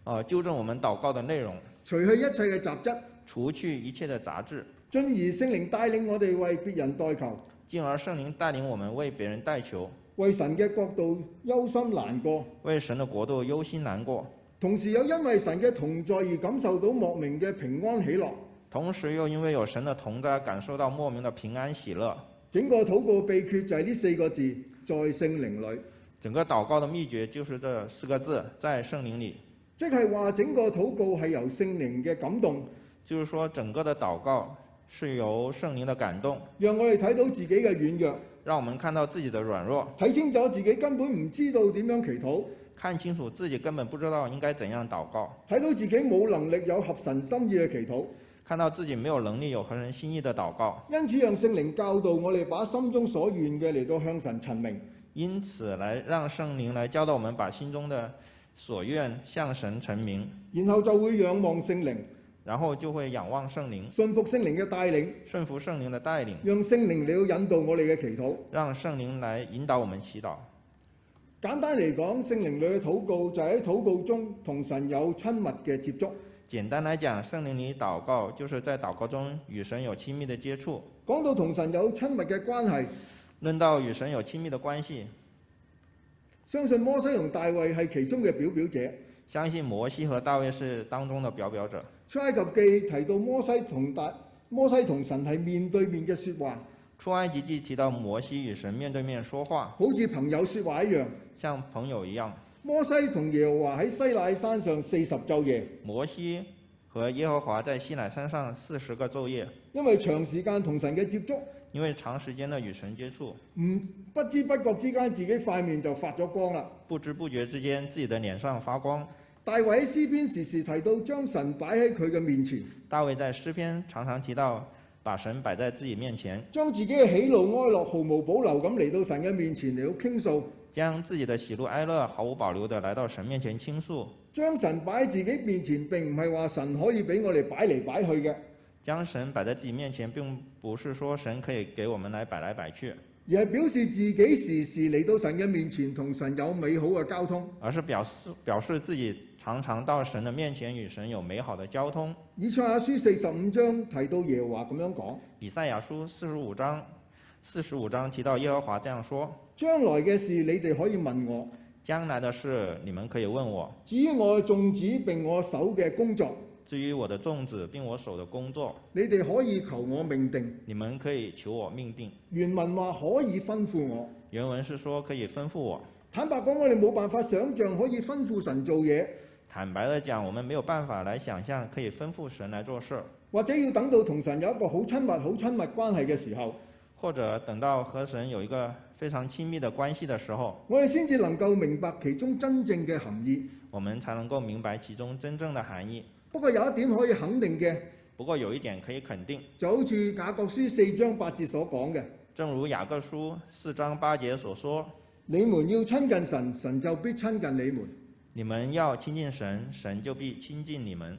Speaker 2: 呃，纠正我们祷告的内容，
Speaker 1: 除去一切嘅雜質，
Speaker 2: 除去一切的杂质，
Speaker 1: 進而聖靈帶領我哋為別人代求，
Speaker 2: 进而圣灵带領我们为别人代求，
Speaker 1: 為神嘅國度憂心難過。
Speaker 2: 为神的国度忧心难过，
Speaker 1: 同時又因為神嘅同在而感受到莫名嘅平安喜樂。
Speaker 2: 同时又因为有神的同在，感受到莫名的平安喜乐。
Speaker 1: 整個禱告秘訣就係呢四個字：在聖靈裏，
Speaker 2: 整个祷告的秘诀就是这四个字，在圣灵里，
Speaker 1: 即係話整個禱告係由聖靈嘅感動，
Speaker 2: 就是说整个的祷告是由圣灵的感动，
Speaker 1: 讓我哋睇到自己嘅軟弱，
Speaker 2: 让我们看到自己的软弱，
Speaker 1: 睇清楚自己根本唔知道點樣祈禱，
Speaker 2: 看清楚自己根本不知道应该怎样祷告，
Speaker 1: 睇到自己冇能力有合神心意嘅祈禱。
Speaker 2: 看到自己没有能力有合神心意的祷告，
Speaker 1: 因此，讓聖靈教導我哋把心中所願嘅嚟到向神陳明。
Speaker 2: 因此来让圣灵来教导我们把心中的所愿向神陈明，
Speaker 1: 然後就會仰望聖靈，
Speaker 2: 然后就会仰望圣灵，
Speaker 1: 信服聖靈嘅帶領，
Speaker 2: 顺服圣灵的带领，
Speaker 1: 讓聖靈嚟到引導我哋嘅祈禱。
Speaker 2: 让圣灵来引导我们祈祷。
Speaker 1: 簡單嚟講，聖靈裏嘅禱告就喺禱告中同神有親密嘅接觸。
Speaker 2: 简单来讲，圣灵里祷告就是在祷告中与神有亲密的接触。
Speaker 1: 講到同神有親密嘅關係，
Speaker 2: 论到与神有亲密的关系，
Speaker 1: 相信摩西同大衛係其中嘅表表者。
Speaker 2: 相信摩西和大卫是当中的表表者。
Speaker 1: 出埃及記提到摩西同大摩西同神係面對面嘅説話，
Speaker 2: 出埃及记提到摩西与神面对面说话，
Speaker 1: 好似朋友説話一樣。
Speaker 2: 像朋友一样。
Speaker 1: 摩西同耶和華喺西乃山上四十晝夜，
Speaker 2: 摩西和耶和华在西乃山上四十个昼夜，
Speaker 1: 因為長時間同神嘅接觸，
Speaker 2: 因为长时间的与神接触，
Speaker 1: 唔不知不覺之間自己塊面就發咗光啦。
Speaker 2: 不知不觉之間自己的脸上发光。
Speaker 1: 大衛喺詩篇時時提到將神擺喺佢嘅面前。
Speaker 2: 大卫在诗篇常常提到把神摆在自己面前，
Speaker 1: 將自己嘅喜怒哀樂毫無保留咁嚟到神嘅面前嚟到傾訴，
Speaker 2: 将自己的喜怒哀乐毫无保留地来到神面前倾诉。
Speaker 1: 將神擺喺自己面前並唔係話神可以俾我哋擺嚟擺去嘅，
Speaker 2: 将神摆在自己面前，并不是说神可以给我们来摆来摆去，
Speaker 1: 而係表示自己時時嚟到神嘅面前同神有美好嘅交通。
Speaker 2: 而是表示表示自己常常到神的面前与神有美好的交通。
Speaker 1: 以賽亞書四十五章提到耶和華咁樣講：
Speaker 2: 以赛亚书四十五章，四十五章提到耶和华这样说
Speaker 1: 將來嘅事你哋可以問我，：“
Speaker 2: 将来的事你们可以问我，
Speaker 1: 至於我嘅種子並我手嘅工作，
Speaker 2: 至于我的粽子并我手的工作，
Speaker 1: 你哋可以求我命定。
Speaker 2: 你们可以求我命定。
Speaker 1: 原文話可以吩咐我。”
Speaker 2: 原文是说可以吩咐我。
Speaker 1: 坦白講，我哋冇辦法想像可以吩咐神做嘢。
Speaker 2: 坦白的讲，我们没有办法来想象可以吩咐神来做事儿，
Speaker 1: 或者要等到同神有一個好親密、好親密關係嘅時候，
Speaker 2: 或者等到和神有一个非常亲密的关系的时候，
Speaker 1: 我哋先至能夠明白其中真正嘅含義。
Speaker 2: 我们才能够明白其中真正的含义。
Speaker 1: 不過有一點可以肯定嘅，
Speaker 2: 不过有一点可以肯定，
Speaker 1: 就好似雅各書四章八節所講嘅：
Speaker 2: 正如雅各书四章八节所说
Speaker 1: 你們要親近神，神就必親近你們。：“
Speaker 2: 你们要亲近神，神就必亲近你们。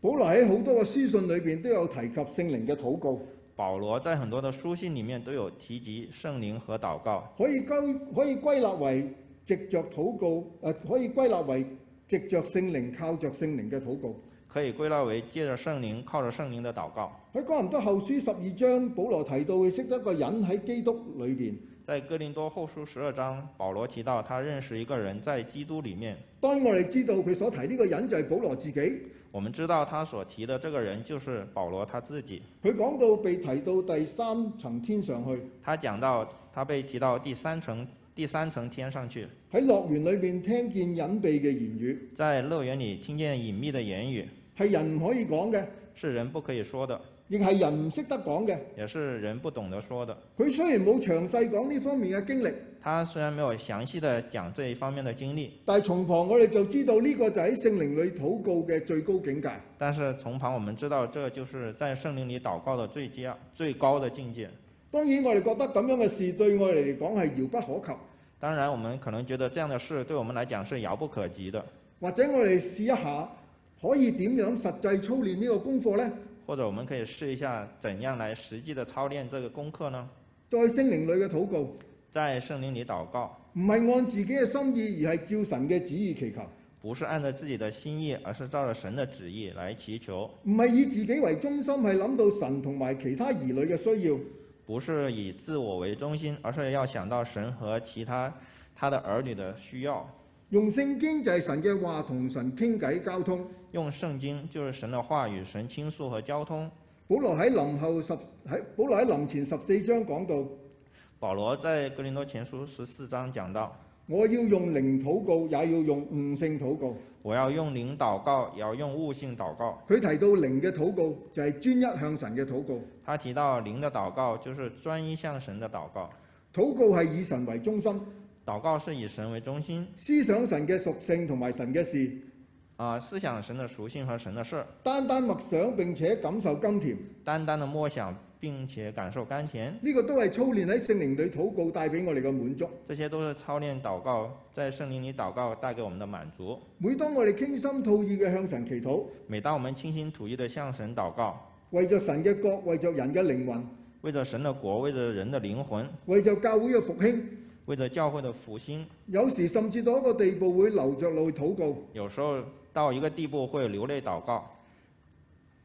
Speaker 1: 保羅喺好多個書信裏邊都有提及聖靈嘅禱告，
Speaker 2: 保罗在很多的书信里面都有提及圣灵和祷告，
Speaker 1: 可以歸可以歸納為藉着禱告，誒、呃可以歸納為藉着聖靈靠着聖靈嘅禱告。
Speaker 2: 可以归纳为借着圣灵，靠着圣灵的祷告。
Speaker 1: 喺哥林多後書十二章，保羅提到佢識得一個人喺基督裏邊。
Speaker 2: 在哥林多后书十二章，保罗提到他认识一个人在基督里面。
Speaker 1: 當我哋知道佢所提呢個人就係保羅自己，佢
Speaker 2: 我们知道他所提的这个人就是保罗他自己。
Speaker 1: 講到被提到第三層天上去，
Speaker 2: 他讲到他被提到第三层，第三层天上去，
Speaker 1: 喺樂園裏邊聽見隱秘嘅言語，
Speaker 2: 在乐园里听见隐秘的言语，
Speaker 1: 係人唔可以講嘅，
Speaker 2: 是人不可以说的，
Speaker 1: 亦係人唔識得講嘅。
Speaker 2: 也是人不懂得说的。
Speaker 1: 佢雖然冇詳細講呢方面嘅經歷，
Speaker 2: 他虽然没有详细的讲这一方面的经历，
Speaker 1: 但係從旁我哋就知道呢個就喺聖靈裏禱告嘅最高境界。
Speaker 2: 但是从旁我们知道，这就是在圣灵里祷告的最佳最高的境界。
Speaker 1: 當然我哋覺得咁樣嘅事對我哋嚟講係遙不可及，
Speaker 2: 当然，我们可能觉得这样的事对我们来讲是遥不可及的，
Speaker 1: 或者我哋試一下可以點樣實際操練呢個功課呢？
Speaker 2: 或者我们可以试一下怎样来实际的操练这个功课呢？
Speaker 1: 在聖靈裏嘅禱告，唔
Speaker 2: 在圣灵里祷告，
Speaker 1: 係按自己嘅心意，而係照神嘅旨意祈求，
Speaker 2: 不是按照自己的心意，而是照着神的旨意来祈求，
Speaker 1: 唔係以自己為中心，係諗到神同埋其他兒女嘅需要。
Speaker 2: 不是以自我为中心，而是要想到神和其他他的儿女的需要。
Speaker 1: 用聖經就係神嘅話同神傾偈交通。
Speaker 2: 用圣经就是神的话与神倾诉和交通。
Speaker 1: 保羅喺臨後十喺保羅喺臨前十四章講到：
Speaker 2: 保罗在格林多前书十四章讲到，
Speaker 1: 我要用靈禱告，也要用悟性禱告。
Speaker 2: 我要用灵祷告，也要用悟性祷告。
Speaker 1: 佢提到靈嘅禱告就係、專一向神嘅禱告，
Speaker 2: 他提到灵的祷告就是专一向神的祷告，
Speaker 1: 禱告係以神為中心，
Speaker 2: 祷告是以神为中心
Speaker 1: 思想神嘅屬性同埋神嘅事，
Speaker 2: 啊、思想神的属性和神的事儿，
Speaker 1: 單單默想並且感受甘甜。呢、
Speaker 2: 单单的默想，并且感受甘甜，
Speaker 1: 個都係操練喺聖靈裏禱告帶俾我哋嘅滿足。
Speaker 2: 这些都是操练祷告在圣灵里祷告带给我们的满足。
Speaker 1: 每當我哋傾心吐意嘅向神祈禱，
Speaker 2: 每当我们倾心吐意的向神祷告，
Speaker 1: 為着神嘅國，為着人嘅靈魂，
Speaker 2: 为着神的国，为着人的灵魂，
Speaker 1: 為着教會嘅復興，
Speaker 2: 为着教会的复兴，
Speaker 1: 有時甚至到一個地步會流着淚禱告。
Speaker 2: 有时候到一个地步会流泪祷告，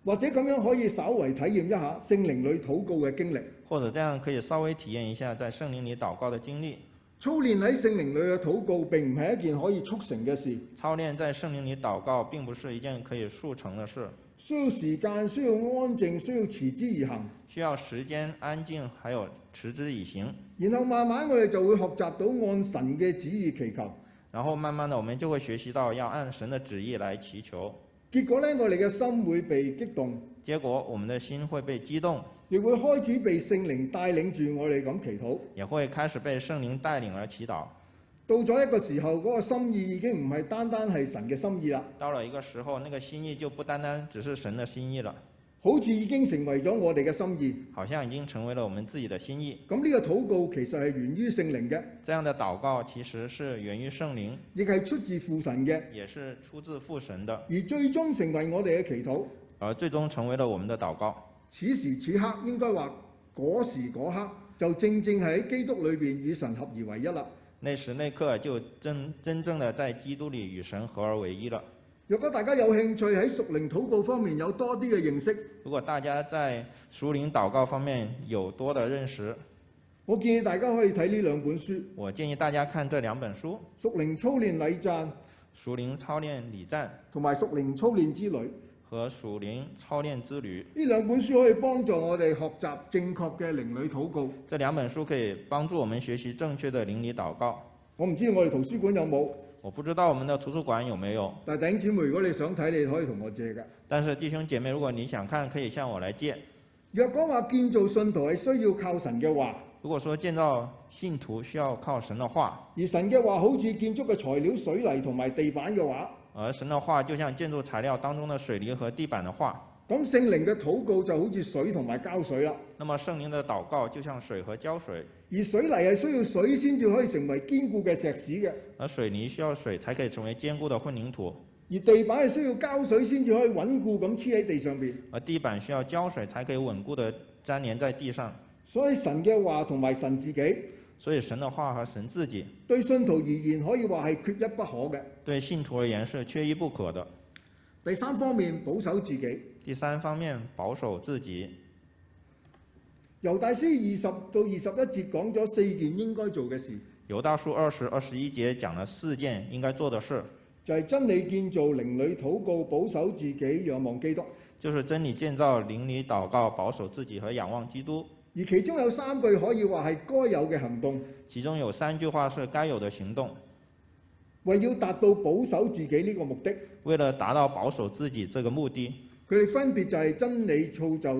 Speaker 1: 或者咁樣可以稍為體驗一下聖靈裏禱告嘅經歷，
Speaker 2: 或者这样可以稍微体验一下在圣灵里祷告的经历。
Speaker 1: 操練喺聖靈裏嘅禱告並唔係一件可以促成嘅事，
Speaker 2: 操练在圣灵里祷告，并不是一件可以速成的事，
Speaker 1: 需要時間，需要安靜，需要持之以恒，
Speaker 2: 需要时间、安靜，还有持之以行。
Speaker 1: 然後慢慢我哋就會學習到按神嘅旨意祈求。
Speaker 2: 然后慢慢的，我们就会学习到要按神的旨意来祈求。
Speaker 1: 結果呢，我哋嘅心會被激動，
Speaker 2: 结果，我们的心会被激動，
Speaker 1: 亦會開始被聖靈帶領住我哋咁祈禱。
Speaker 2: 也会开始被圣靈帶領而祈禱。
Speaker 1: 到咗一個時候，嗰、個心意已經唔係單單係神嘅心意啦，
Speaker 2: 到了一个时候，那个心意就不单单只是神的心意了，
Speaker 1: 好似已經成為咗我哋嘅心意。
Speaker 2: 好像已经成为了我们自己的心意。
Speaker 1: 咁呢個禱告其實係源於聖靈嘅，
Speaker 2: 这样的禱告其实是源于圣靈，
Speaker 1: 亦係出自父神嘅。
Speaker 2: 也是出自父神的，
Speaker 1: 而最終成為我哋嘅祈禱。
Speaker 2: 而最終成为了我们的禱告。
Speaker 1: 此時此刻應該話嗰時嗰刻，就正正係喺基督裏邊與神合而為一啦。
Speaker 2: 那时那刻就真真正的在基督里与神合而为一了。
Speaker 1: 若果大家有興趣喺屬靈禱告方面有多啲嘅認識，
Speaker 2: 如果大家在熟灵祷告方面有多的认识，
Speaker 1: 我建議大家可以睇呢兩本書《
Speaker 2: 我建议大家看这两本书
Speaker 1: 屬靈操練禮讚》
Speaker 2: 《熟灵操练礼赞》
Speaker 1: 同埋《屬靈操練之旅》。
Speaker 2: 和《熟灵操练之旅
Speaker 1: 呢兩本書可以幫助我哋學習正確嘅靈裏禱告。》
Speaker 2: 这两本书可以帮助我们学习正确的灵里祷告。
Speaker 1: 我唔知我哋圖書館有冇，
Speaker 2: 我不知道我们的图书馆有没有，
Speaker 1: 但係弟兄姊妹，如果你想睇，你可以同我借㗎。
Speaker 2: 但是弟兄姐妹，如果你想看，可以向我来借。
Speaker 1: 若果話建造信徒係需要靠神嘅話，
Speaker 2: 如果说建造信徒需要靠神的话，
Speaker 1: 而神嘅話好似建築嘅材料、水泥同埋地板嘅話，
Speaker 2: 而神的话就像建筑材料当中的水泥和地板的话，
Speaker 1: 咁聖靈嘅禱告就好似水同埋膠水啦，
Speaker 2: 那么圣灵的祷告就像水和胶水，
Speaker 1: 而水泥係需要水先至可以成為堅固嘅石屎嘅，
Speaker 2: 而水泥需要水才可以成为坚固的混凝土。
Speaker 1: 而而地板係需要膠水先至可以穩固咁黐喺地上邊。
Speaker 2: 而地板需要浇水才可以稳固的粘连在地上。
Speaker 1: 所以神嘅話同埋神自己
Speaker 2: 所以神的话和神自己
Speaker 1: 對信徒而言可以話係缺一不可嘅。
Speaker 2: 对信徒而言是缺一不可的。
Speaker 1: 第三方面保守自己。
Speaker 2: 第三方面，保守自己。
Speaker 1: 猶大書二十到二十一節講咗四件應該做嘅事，
Speaker 2: 犹大书二十二十一节讲了四件应该做的事，
Speaker 1: 就係、真理建造、靈裏禱告、保守自己、仰望基督。
Speaker 2: 就是真理建造、邻里祷告、保守自己和仰望基督。
Speaker 1: 而其中有三句可以話係該有嘅行動，
Speaker 2: 其中有三句话是该有的行动。
Speaker 1: 為要達到保守自己呢個目的，
Speaker 2: 为了达到保守自己这个目的，
Speaker 1: 佢哋分別就係真理造就、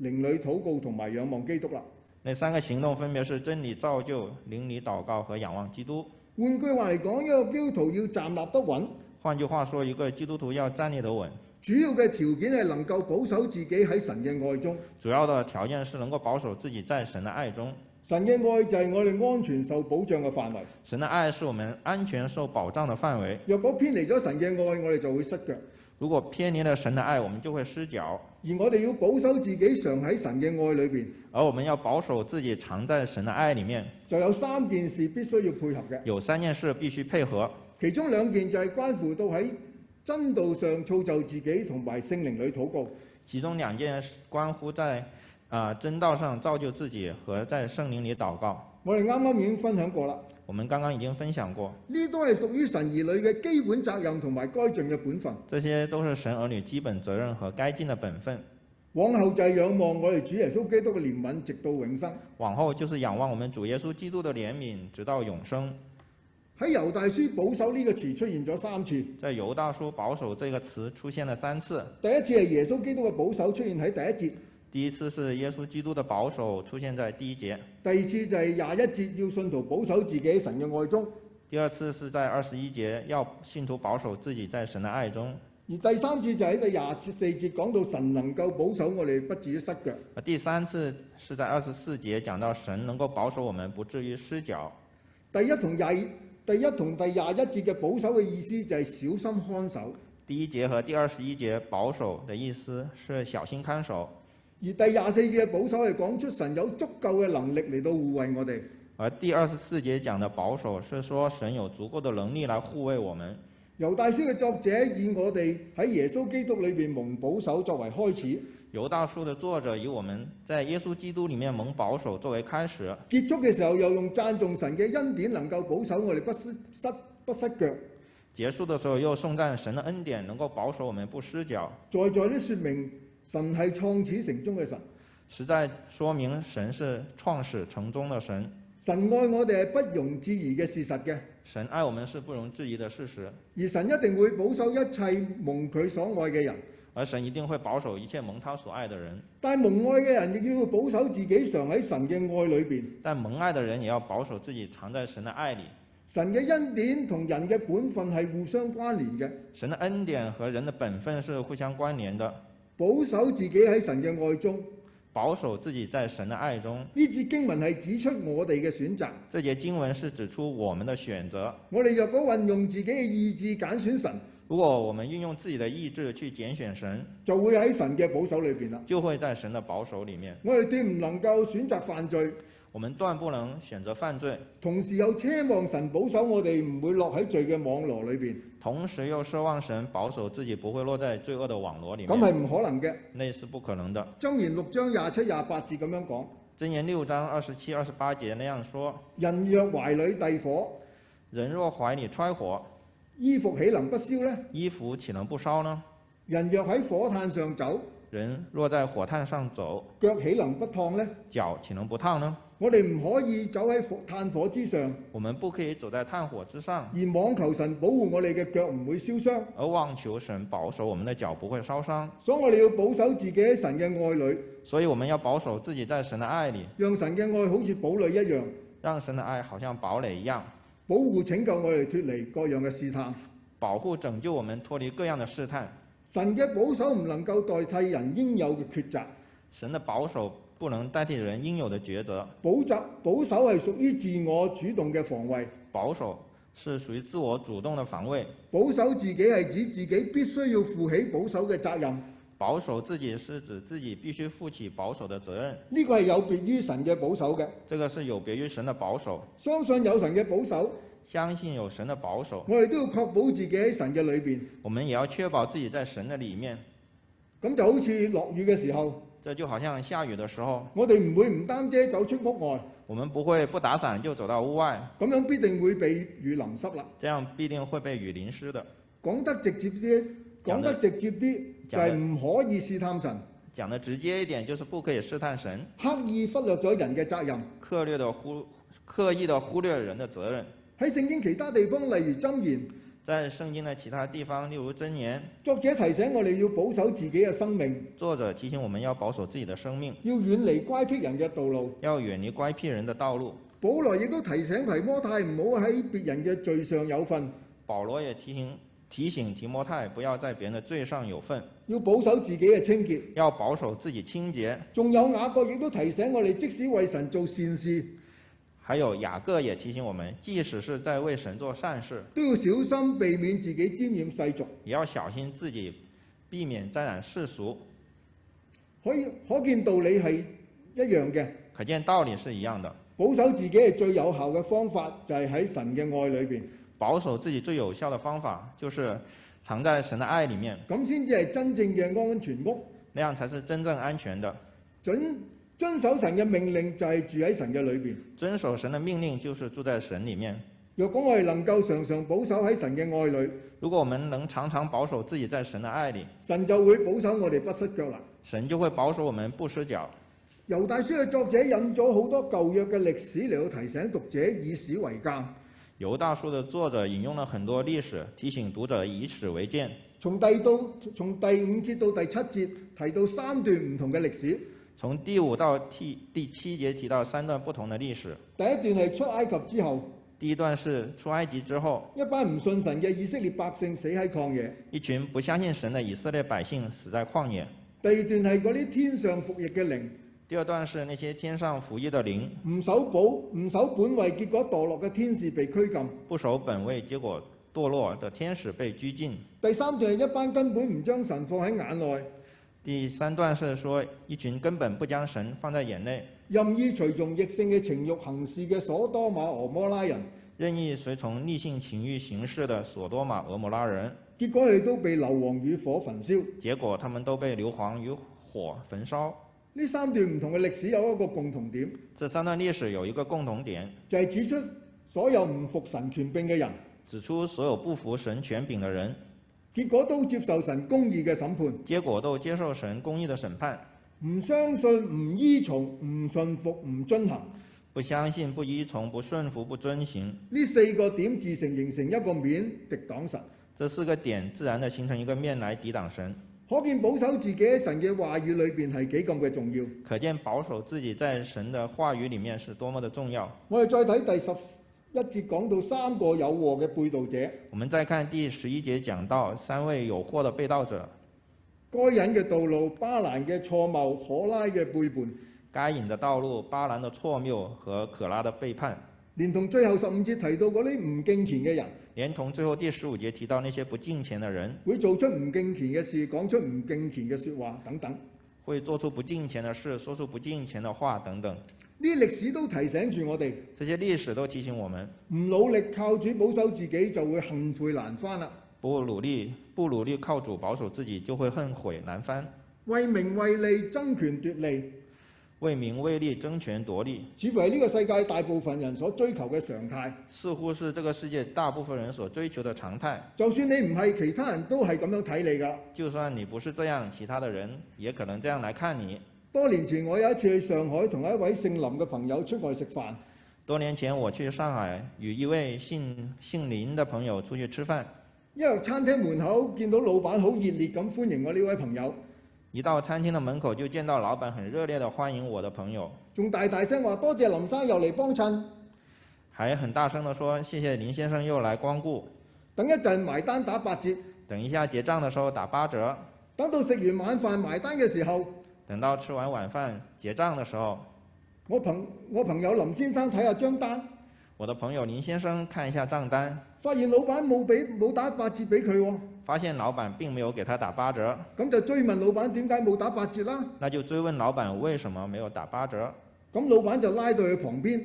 Speaker 1: 靈裏禱告同埋仰望基督啦。
Speaker 2: 那三个行动分别是真理造就、邻里祷告和仰望基督。
Speaker 1: 換句話嚟講，一個基督徒要站立得穩，
Speaker 2: 换句话说，一个基督徒要站立得稳，
Speaker 1: 主要嘅條件係能夠保守自己喺神嘅愛中。
Speaker 2: 主要的条件是能够保守自己在神的爱中。
Speaker 1: 神嘅愛就係我哋安全受保障嘅範圍。
Speaker 2: 神的爱是我们安全受保障的范围。
Speaker 1: 若果偏離咗神嘅愛，我哋就會失腳。
Speaker 2: 如果偏离了神的爱，我们就会失脚。
Speaker 1: 而我哋要保守自己常喺神嘅愛裏邊，
Speaker 2: 而我们要保守自己藏在神的爱里面，
Speaker 1: 就有三件事必須要配合嘅。
Speaker 2: 有三件事必须配合，
Speaker 1: 其中兩件就係關乎到喺真道上造就自己同埋聖靈裏禱告。
Speaker 2: 其中两件是关乎在啊、呃真道上造就自己和在圣灵里祷告。
Speaker 1: 我哋啱啱已經分享過啦，
Speaker 2: 我们剛刚已经分享过，
Speaker 1: 呢都係屬於神兒女嘅基本責任同埋該盡嘅本分。
Speaker 2: 这些都是神儿女基本责任和该尽的本分。
Speaker 1: 往後就係仰望我哋主耶穌基督嘅憐憫，直到永生。
Speaker 2: 往后就是仰望我们主耶穌基督的怜悯，直到永生。
Speaker 1: 喺猶大書保守呢個詞出現咗三次，
Speaker 2: 在犹大书“保守”这个词出现了三次，
Speaker 1: 第一次係耶穌基督嘅保守出現喺第一節，
Speaker 2: 第一次是耶稣基督的保守出现在第一节，
Speaker 1: 第二次就係廿一節要信徒保守自己喺神嘅愛中，
Speaker 2: 第二次是在二十一节要信徒保守自己在神的爱中，
Speaker 1: 而第三次就喺第廿四節講到神能夠保守我哋不至於失腳。
Speaker 2: 而呃第三次是在二十四节讲到神能够保守我们不至于失脚。
Speaker 1: 第一同廿第一同第廿一節嘅保守嘅意思就係小心看守，
Speaker 2: 第一节和第二十一节保守的意思是小心看守，
Speaker 1: 而第廿四節嘅保守係講出神有足夠嘅能力嚟到護衛我哋。
Speaker 2: 而第二十四节讲的保守是说神有足够的能力来护卫我们。
Speaker 1: 猶大書嘅作者以我哋喺耶穌基督裏邊蒙保守作為開始，
Speaker 2: 犹大书的作者以我们在耶稣基督里面蒙保守作为开始，
Speaker 1: 結束嘅時候又用讚頌神嘅恩典能夠保守我哋不失失不失腳。
Speaker 2: 结束的时候又颂赞神的恩典能够保守我们不失脚，
Speaker 1: 在在呢説明神係創始成終嘅神，
Speaker 2: 实在说明神是创始成终的神。
Speaker 1: 神愛我哋係不容置疑嘅事實嘅，
Speaker 2: 神爱我们是不容置疑的事实，
Speaker 1: 而神一定會保守一切蒙佢所愛嘅人。
Speaker 2: 而神一定会保守一切蒙他所爱的人。
Speaker 1: 但係蒙愛嘅人亦要保守自己常喺神嘅愛裏邊。
Speaker 2: 但蒙爱的人也要保守自己藏在神的爱里。
Speaker 1: 神嘅恩典同人嘅本分係互相關聯嘅，
Speaker 2: 神的恩典和人的本分是互相关联的。
Speaker 1: 保守自己喺神嘅愛中。
Speaker 2: 保守自己在神的爱中，
Speaker 1: 呢節經文係指出我哋嘅選擇。
Speaker 2: 这节经文是指出我们的选择。
Speaker 1: 我哋若果運用自己嘅意志揀選神，
Speaker 2: 如果我们运用自己的意志去拣选神，
Speaker 1: 就會喺神嘅保守裏邊啦。
Speaker 2: 就会在神的保守里面。
Speaker 1: 我哋斷唔能夠選擇犯罪，
Speaker 2: 我们断不能选择犯罪，
Speaker 1: 同時又奢望神保守我哋唔會落喺罪嘅網羅裏邊，
Speaker 2: 同时又奢望神保守自己不会落在罪恶的网罗里
Speaker 1: 咁係
Speaker 2: 面，
Speaker 1: 唔可能嘅。
Speaker 2: 那是不可能的。
Speaker 1: 箴言六章廿七廿八節咁樣講：
Speaker 2: 箴言六章二十七、二十八节那样说
Speaker 1: 人若懷裏遞火，：“
Speaker 2: 人若怀里揣火，
Speaker 1: 衣服岂能不燒呢？
Speaker 2: 衣服岂能不烧呢？
Speaker 1: 人若喺火炭上走，
Speaker 2: 人若在火炭上走，
Speaker 1: 腳豈能不燙呢？
Speaker 2: 脚岂能不烫呢？”
Speaker 1: 我哋唔可以走喺火炭火之上，
Speaker 2: 我们不可以走在炭火之上，
Speaker 1: 而妄求神保護我哋嘅腳唔會燒傷。
Speaker 2: 而妄求神保守我们的脚不会烧伤。
Speaker 1: 所以我哋要保守自己喺神嘅愛裏，
Speaker 2: 所以我们要保守自己在神的爱里，
Speaker 1: 讓神嘅愛好似堡壘一樣，
Speaker 2: 让神的爱好像堡垒一样，
Speaker 1: 保護拯救我哋脱離各樣嘅試探。
Speaker 2: 保护拯救我们脱离各样的试探。
Speaker 1: 神嘅保守唔能夠代替人應有嘅抉擇，
Speaker 2: 神的保守不能代替人应有的抉择，
Speaker 1: 保責保守係屬於自我主動嘅防衛，
Speaker 2: 保守是属于自我主动的防卫。
Speaker 1: 保守自己係指自己必須要負起保守嘅責任，呢、
Speaker 2: 保守自己是指自己必须负起保守的责任，
Speaker 1: 個係有別於神嘅保守嘅。
Speaker 2: 这个是有别于神的保守。
Speaker 1: 相信有神嘅保守，
Speaker 2: 相信有神的保守，
Speaker 1: 我哋都要確保自己喺神嘅裏邊。
Speaker 2: 我们也要确保自己在神的里面。
Speaker 1: 咁就好似落雨嘅時候，
Speaker 2: 这就好像下雨的时候，
Speaker 1: 我哋唔會唔擔遮走出屋外，
Speaker 2: 我们不会不打伞就走到屋外，
Speaker 1: 咁樣必定會被雨淋濕啦。
Speaker 2: 这样必定会被雨淋湿的。
Speaker 1: 講得直接啲，講得直接啲就係唔可以試探神，
Speaker 2: 讲的直接一点，就是不可以试探神，
Speaker 1: 刻意忽略咗人嘅責任。
Speaker 2: 刻略的忽刻意的忽略人的责任。
Speaker 1: 喺聖經其他地方，例如箴言，
Speaker 2: 在圣经的其他地方，例如箴言，
Speaker 1: 作者提醒我哋要保守自己嘅生命，
Speaker 2: 作者提醒我们要保守自己的生命，
Speaker 1: 要遠離乖僻人嘅道路。
Speaker 2: 要远离乖僻人的道路。
Speaker 1: 保羅亦都提醒提摩太唔好喺別人嘅罪上有份，
Speaker 2: 保罗也提醒提醒提摩太不要在别人的罪上有份，
Speaker 1: 要保守自己嘅清潔。
Speaker 2: 要保守自己清洁。
Speaker 1: 仲有雅各亦都提醒我哋，即使為神做善事，
Speaker 2: 还有雅各也提醒我们，即使是在为神做善事，
Speaker 1: 都要小心避免自己沾染世俗。
Speaker 2: 也要小心自己，避免沾染世俗。
Speaker 1: 可以可見道理係一樣嘅。
Speaker 2: 可见道理是一样的。
Speaker 1: 保守自己係最有效嘅方法，就係、喺神嘅愛裏邊，
Speaker 2: 保守自己最有效的方法就是藏在神的爱里面，
Speaker 1: 咁先至係真正嘅安全屋。
Speaker 2: 那样才是真正安全的。
Speaker 1: 準遵守神嘅命令就係住喺神嘅裏邊。
Speaker 2: 遵守神的命令就是住在神里面。
Speaker 1: 若果我哋能夠常常保守喺神嘅愛裏，
Speaker 2: 如果我们能常常保守自己在神的爱里，
Speaker 1: 神就會保守我哋不失腳啦。
Speaker 2: 神就会保守我们不失脚。
Speaker 1: 猶大書嘅作者引咗好多舊約嘅歷史嚟到提醒讀者以史為鑑，
Speaker 2: 犹大书的作者引用了很多历史，提醒读者以史为鉴。
Speaker 1: 從第到從第五節到第七節提到三段唔同嘅歷史。
Speaker 2: 从第五到第第七节提到三段不同的历史。
Speaker 1: 第一段係出埃及之後，
Speaker 2: 第一段是出埃及之后，
Speaker 1: 一班唔信神嘅以色列百姓死喺曠野；
Speaker 2: 一群不相信神的以色列百姓死在旷野。
Speaker 1: 第二段係嗰啲天上服役嘅靈
Speaker 2: 第二段是那些天上服役的灵，
Speaker 1: 唔守保唔守本位，結果墮落嘅天使被拘禁。
Speaker 2: 不守本位，结果堕落的天使被拘禁。
Speaker 1: 第三段係一班根本唔將神放喺眼內，
Speaker 2: 第三段是说一群根本不将神放在眼内，
Speaker 1: 任意隨從逆性嘅情欲行事嘅所多瑪俄摩拉人，
Speaker 2: 任意随从逆性情欲行事的索多玛、俄摩拉人，
Speaker 1: 結果佢哋都被硫磺與火焚燒。
Speaker 2: 结果他们都被硫磺与火焚烧。
Speaker 1: 呢三段唔同嘅歷史有一個共同點，
Speaker 2: 这三段历史有一个共同点，
Speaker 1: 就係、指出所有唔服神權柄嘅人，
Speaker 2: 指出所有不服神权柄的人，
Speaker 1: 結果都接受神公義嘅審判，
Speaker 2: 结果都接受神公义的审判，
Speaker 1: 唔相信、唔依從、唔信服、唔遵行。
Speaker 2: 不相信、不依从、不顺服、不遵行。
Speaker 1: 呢四個點自成形成一個面敵擋神，
Speaker 2: 这四个点自然的形成一个面来抵挡神，
Speaker 1: 可見保守自己喺神嘅話語裏邊係幾咁嘅重要。
Speaker 2: 可见保守自己在神的话语里面是多么的重要。
Speaker 1: 我哋再睇第十一節講到三個有禍嘅背道者，
Speaker 2: 我们再看第十一节讲到三位有祸的被盗者：
Speaker 1: 該隱嘅道路、巴蘭嘅錯謬、可拉嘅背叛，
Speaker 2: 该隐的道路、巴兰的错谬和可拉的背叛，
Speaker 1: 連同最後十五節提到嗰啲唔敬虔嘅人，
Speaker 2: 连同最后第十五节提到那些不敬虔的人
Speaker 1: 會做出唔敬虔嘅事，講出唔敬虔嘅説話等等。
Speaker 2: 会做出不敬虔的事，说出不敬虔的话等等。
Speaker 1: 呢啲歷史都提醒住我哋，
Speaker 2: 这些历史都提醒我们，
Speaker 1: 唔努力靠主保守自己，就會幸悔難返啦。
Speaker 2: 不努力不努力靠主保守自己，就会恨悔难翻，
Speaker 1: 為名為利爭權奪利，
Speaker 2: 为名为利争权夺利，
Speaker 1: 似乎係呢個世界大部分人所追求嘅常態。
Speaker 2: 似乎是这个世界大部分人所追求的常态。
Speaker 1: 就算你唔係，其他人都係咁樣睇你㗎。
Speaker 2: 就算你不是这样，其他的人也可能这样来看你。
Speaker 1: 多年前我有一次去上海，同一位姓林嘅朋友出外食飯，
Speaker 2: 多年前我去上海，与一位姓姓林的朋友出去吃饭。
Speaker 1: 一入餐廳門口見到老闆好熱烈咁歡迎我呢位朋友，
Speaker 2: 一到餐廳的门口，就见到老板很热烈地欢迎我的朋友，
Speaker 1: 仲大大聲話多謝林生又嚟幫襯。
Speaker 2: 还很大声地说：“谢谢林先生又来光顾，
Speaker 1: 等一陣埋單打八折，
Speaker 2: 等一下结账的时候打八折。
Speaker 1: 等到食完晚飯埋單嘅時候，”
Speaker 2: 等到吃完晚饭结账的时候，
Speaker 1: 我朋我朋友林先生睇下張單，
Speaker 2: 我的朋友林先生看一下账单，
Speaker 1: 發現老闆冇俾冇打八折俾佢喎，
Speaker 2: 发现老板并没有给他打八折，
Speaker 1: 咁就追問老闆點解冇打八折啦。
Speaker 2: 那就追问老板为什么没有打八折。
Speaker 1: 咁老闆就拉到佢旁邊，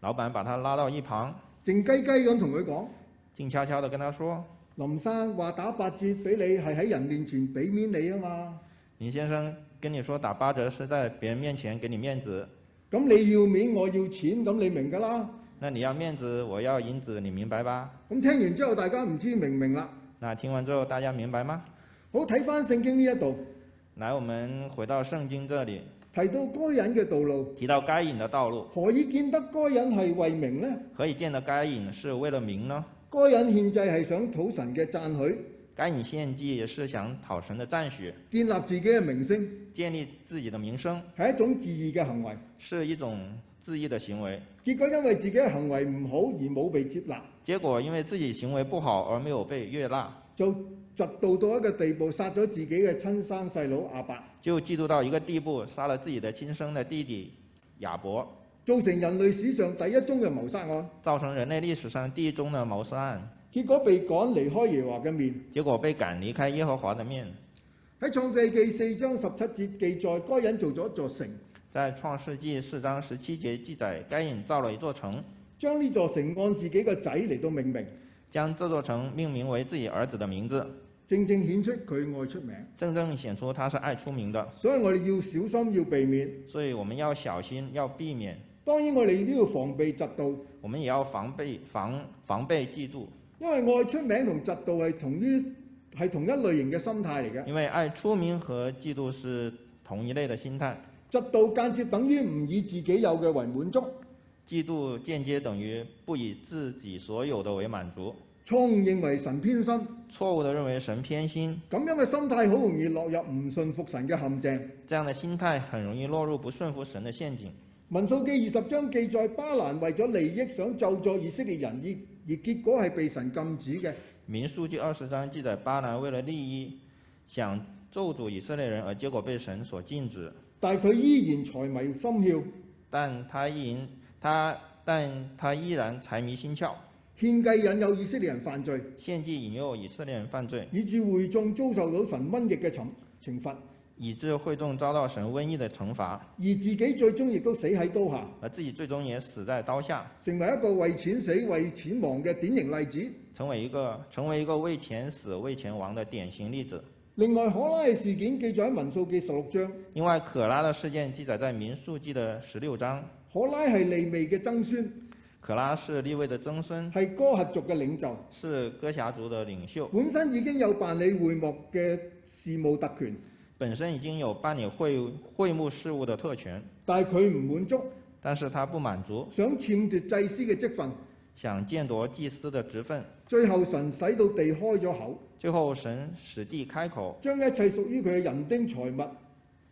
Speaker 2: 老板把他拉到一旁，
Speaker 1: 靜雞雞咁同佢講：
Speaker 2: 静悄悄地跟他说
Speaker 1: 林生話打八折俾你係喺人面前俾面你啊嘛，：“
Speaker 2: 林先生跟你说打八折是在别人面前给你面子，
Speaker 1: 咁你要面我要錢，咁你明㗎啦。
Speaker 2: 那你要面子，我要银子，你明白吧？”
Speaker 1: 咁聽完之後，大家唔知明唔明啦。
Speaker 2: 那听完之后大家明白吗？
Speaker 1: 好睇翻聖經呢一度
Speaker 2: 来，我们回到圣经这里，
Speaker 1: 提到該隱嘅道路，
Speaker 2: 提到该隐的道路，
Speaker 1: 何以見得該隱係為名呢？
Speaker 2: 何以见得该隐是为了名呢？
Speaker 1: 該隱獻祭係想討神嘅讚許，
Speaker 2: 该隐献祭也是想讨神的赞许，
Speaker 1: 建立自己嘅名聲，
Speaker 2: 建立自己的名声，
Speaker 1: 係一種自義嘅行為。
Speaker 2: 是一种自义的行为。
Speaker 1: 結果因為自己嘅行為唔好而冇被接納，
Speaker 2: 结果因为自己行为不好而没有被悦纳，
Speaker 1: 就嫉妒到一個地步，殺咗自己嘅親生細佬阿伯，
Speaker 2: 就嫉妒到一个地步，杀了自己的亲生的弟弟亚伯，
Speaker 1: 造成人類史上第一宗嘅謀殺案。
Speaker 2: 造成人类历史上第一宗的谋杀案。
Speaker 1: 結果被趕離開耶和華嘅面。
Speaker 2: 结果被赶离开耶和华的面。
Speaker 1: 喺創世記四章十七節記載，該隱做咗一座城，
Speaker 2: 在创世纪四章十七节记载，该隐造了一座城，
Speaker 1: 將呢座城按自己個仔嚟到命名，
Speaker 2: 将这座城命名为自己儿子的名字，
Speaker 1: 正正顯出佢愛出名。
Speaker 2: 真正显出他是爱出名的。
Speaker 1: 所以我哋要小心，要避免。
Speaker 2: 所以我们要小心，要避免，
Speaker 1: 當然我哋都要防備嫉妒，
Speaker 2: 我们也要防备防防备嫉妒，
Speaker 1: 因為愛出名同嫉妒係同於係同一類型嘅心態嚟嘅。
Speaker 2: 因为爱出名和嫉妒是同一类的心态。
Speaker 1: 嫉妒間接等於唔以自己有嘅為滿足，
Speaker 2: 嫉妒间接等于不以自己所有的为满足，
Speaker 1: 錯誤認為神偏心。
Speaker 2: 错误的认为神偏心，
Speaker 1: 咁樣嘅心態好容易落入唔信服神嘅陷阱。
Speaker 2: 这样的心态很容易落入不顺服神的陷阱。
Speaker 1: 民數記二十章記載，巴蘭為咗利益想咒助以色列人，而而結果係被神禁止嘅。
Speaker 2: 民数记二十章记载，巴兰为了利益，想咒诅以色列人，而结果被神所禁止。
Speaker 1: 但係佢依然財迷心竅，
Speaker 2: 但他依然他，但他依然财迷心窍，
Speaker 1: 獻計引誘以色列人犯罪，
Speaker 2: 献祭引诱以色列人犯罪，
Speaker 1: 以致會眾遭受到神瘟疫嘅懲懲罰。
Speaker 2: 以致会众遭到神瘟疫的惩罚，
Speaker 1: 而自己最終亦都死喺刀下，
Speaker 2: 而自己最终也死在刀下，
Speaker 1: 成為一個為錢死、為錢亡嘅典型例子。
Speaker 2: 成为一个成为一个为钱死为钱亡的典型例子。
Speaker 1: 另外，可拉嘅事件記載喺民數記十六章，
Speaker 2: 另外，可拉的事件记载在民数记的十六章。
Speaker 1: 可拉係利未嘅曾孫，
Speaker 2: 可拉是利位的曾孙，
Speaker 1: 係哥合族嘅領袖，
Speaker 2: 是哥霞族的领袖，
Speaker 1: 本身已經有辦理會幕嘅事務特權，
Speaker 2: 本身已经有办理会会幕事务的特权，
Speaker 1: 但係佢唔滿足，
Speaker 2: 但是他不满足，
Speaker 1: 想僭奪祭司嘅職份，
Speaker 2: 想建夺祭司的职分。
Speaker 1: 最後神使到地開咗口，
Speaker 2: 最后，神使地开口，
Speaker 1: 將一切屬於佢嘅人丁財物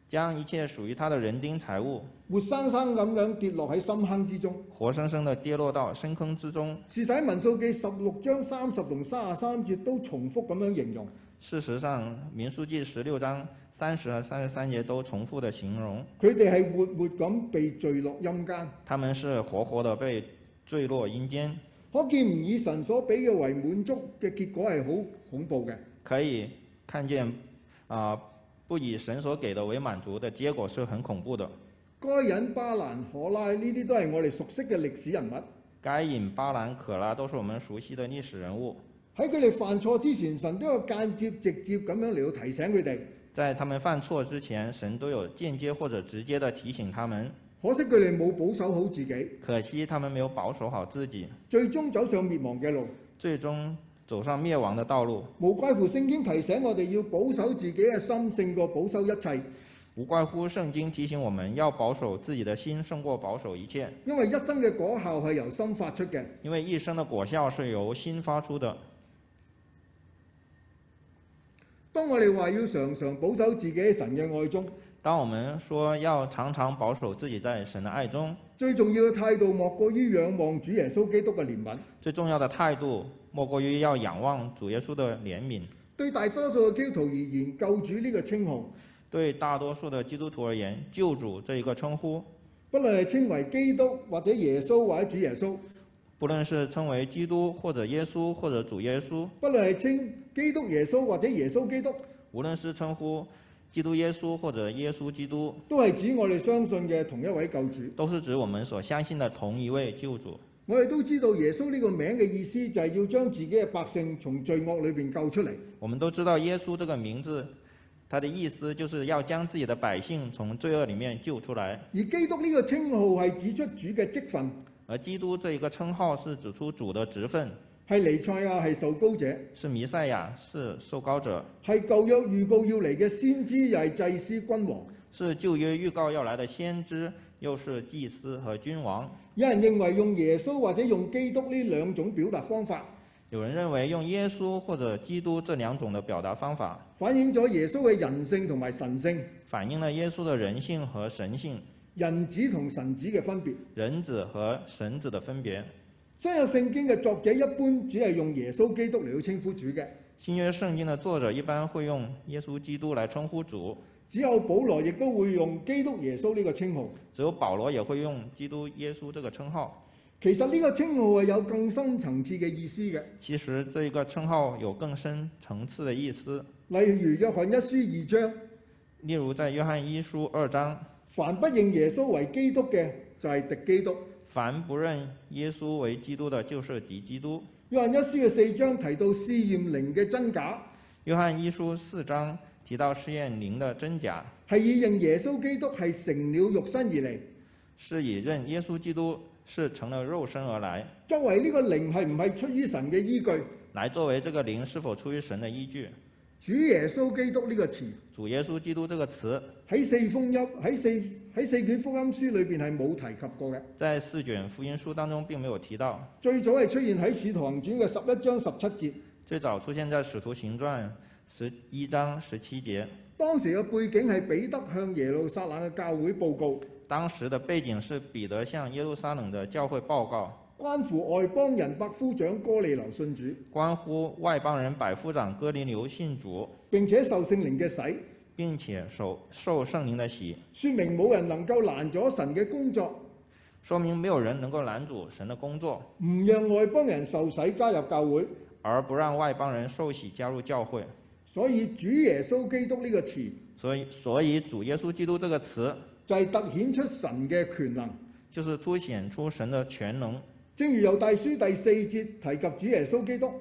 Speaker 2: 将一切属于他的人丁财物，
Speaker 1: 活生生咁樣跌落喺深坑之中。
Speaker 2: 活生生的跌落到深坑之中。
Speaker 1: 事實喺民數記十六章三十同三十三節都重複咁樣形容。
Speaker 2: 事实上，民书记十六章三十和三十三节都重复的形容，
Speaker 1: 佢哋係活活咁被墜落陰間，
Speaker 2: 他们是活活的被坠落阴间。
Speaker 1: 可見唔以神所俾嘅為滿足嘅結果係好恐怖嘅。
Speaker 2: 可以看见，啊、不以神所给的为满足的结果是很恐怖的。
Speaker 1: 該隱、巴蘭、可拉呢啲都係我哋熟悉嘅歷史人物。
Speaker 2: 该隐、巴兰、可拉都是我们熟悉的历史人物，
Speaker 1: 喺佢哋犯錯之前，神都有間接、直接咁樣嚟到提醒佢哋。
Speaker 2: 在他们犯错之前，神都有间接或者直接的提醒他们。
Speaker 1: 可惜佢哋冇保守好自己，
Speaker 2: 可惜他们没有保守好自己，
Speaker 1: 最終走上滅亡嘅路。
Speaker 2: 最终走上灭亡的道路。
Speaker 1: 無怪乎聖經提醒我哋要保守自己嘅心，勝過保守一切，
Speaker 2: 无怪乎圣经提醒我们要保守自己的心，胜过保守一切，
Speaker 1: 因為一生嘅果效係由心發出嘅。
Speaker 2: 因为一生的果效是由心发出的。
Speaker 1: 當我哋話要常常保守自己喺神嘅愛中。
Speaker 2: 当我们说要常常保守自己在神的爱中，
Speaker 1: 最重要嘅態度莫過於仰望主耶穌基督嘅憐憫。
Speaker 2: 最重要的态度，莫过于要仰望主耶稣的怜悯。
Speaker 1: 對大多數嘅基督徒而言，救主呢個稱號，
Speaker 2: 对大多数的基督徒而言，救主这一个称呼，
Speaker 1: 不論係稱為基督或者耶穌或者主耶穌，
Speaker 2: 不不论是称为基督或者耶稣或者主耶稣，
Speaker 1: 不論係稱基督耶穌或者耶穌基督，
Speaker 2: 无论是称呼基督耶穌或者耶穌基督，
Speaker 1: 都係指我哋相信嘅同一位救主。
Speaker 2: 都是指我们所相信的同一位救主。
Speaker 1: 我哋都知道耶穌呢個名嘅意思就係要將自己嘅百姓從罪惡裏邊救出嚟。
Speaker 2: 我们都知道耶稣这个名字，它的意思就是要将自己的百姓从罪恶里面救出来。
Speaker 1: 而基督呢個稱號係指出主嘅職分，
Speaker 2: 而基督这一个称号是指出主的职分，
Speaker 1: 係彌賽亞，係受膏者，
Speaker 2: 是弥赛亚，是受膏者，
Speaker 1: 係舊約預告要嚟嘅先知，又係祭司、君王。
Speaker 2: 是旧约预告要来的先知，又是祭司和君王。
Speaker 1: 有人認為用耶穌或者用基督呢兩種表達方法，
Speaker 2: 有人认为用耶稣或者基督这两种的表达方法，
Speaker 1: 反映咗耶穌嘅人性同埋神性、
Speaker 2: 反映了耶稣的人性和神性，
Speaker 1: 人子同神子嘅分別。
Speaker 2: 人子和神子的分别。
Speaker 1: 新約聖經嘅作者一般只係用耶穌基督嚟到稱呼主嘅，
Speaker 2: 新约圣经的作者一般会用耶稣基督来称呼主，
Speaker 1: 只有保羅亦都會用基督耶穌呢個稱號。
Speaker 2: 只有保罗也会用基督耶穌这个称号。
Speaker 1: 其實呢個稱號係有更深層次嘅意思嘅，
Speaker 2: 其实这一个称号有更深层次的意思，
Speaker 1: 例如約翰一書二章，
Speaker 2: 例如在约翰一书二章，
Speaker 1: 凡不認耶穌為基督嘅就係敵基督。
Speaker 2: 凡不认耶稣为基督的，就是敌基督。
Speaker 1: 約翰一書嘅四章提到試驗靈嘅真假，
Speaker 2: 约翰一书四章提到试验灵的真假，
Speaker 1: 係以認耶穌基督係成了肉身而嚟。
Speaker 2: 是以认耶稣基督是成了肉身而来，
Speaker 1: 作為呢個靈係唔係出於神嘅依據？
Speaker 2: 来作为这个灵是否出于神的依据。
Speaker 1: 主耶穌基督呢個詞
Speaker 2: 主耶稣基督这个词
Speaker 1: 喺四封音喺四喺四卷福音書裏邊係冇提及過嘅。
Speaker 2: 在四卷福音书当中并没有提到，
Speaker 1: 最早係出現喺《使徒行傳》嘅十一章十七節。
Speaker 2: 最早出现在《使徒行传》十一章十七节。
Speaker 1: 當時嘅背景係彼得向耶路撒冷嘅教會報告，
Speaker 2: 当时的背景是彼得向耶路撒冷的教会报告，
Speaker 1: 關乎外邦人百夫長哥利流信主，
Speaker 2: 关乎外邦人百夫长哥林流信主，
Speaker 1: 並且受聖靈嘅洗，
Speaker 2: 并且受受圣灵的洗，
Speaker 1: 說明冇人能夠攔咗神嘅工作，
Speaker 2: 说明没有人能够拦阻神的工作，
Speaker 1: 唔讓外邦人受洗加入教會。
Speaker 2: 而不让外邦人受洗加入教会。
Speaker 1: 所以主耶穌基督呢個詞
Speaker 2: 所以，所以主耶稣基督这个词
Speaker 1: 就係突顯出神嘅權能。
Speaker 2: 就是凸显出神的全能。
Speaker 1: 正如猶大書第四節提及主耶穌基督，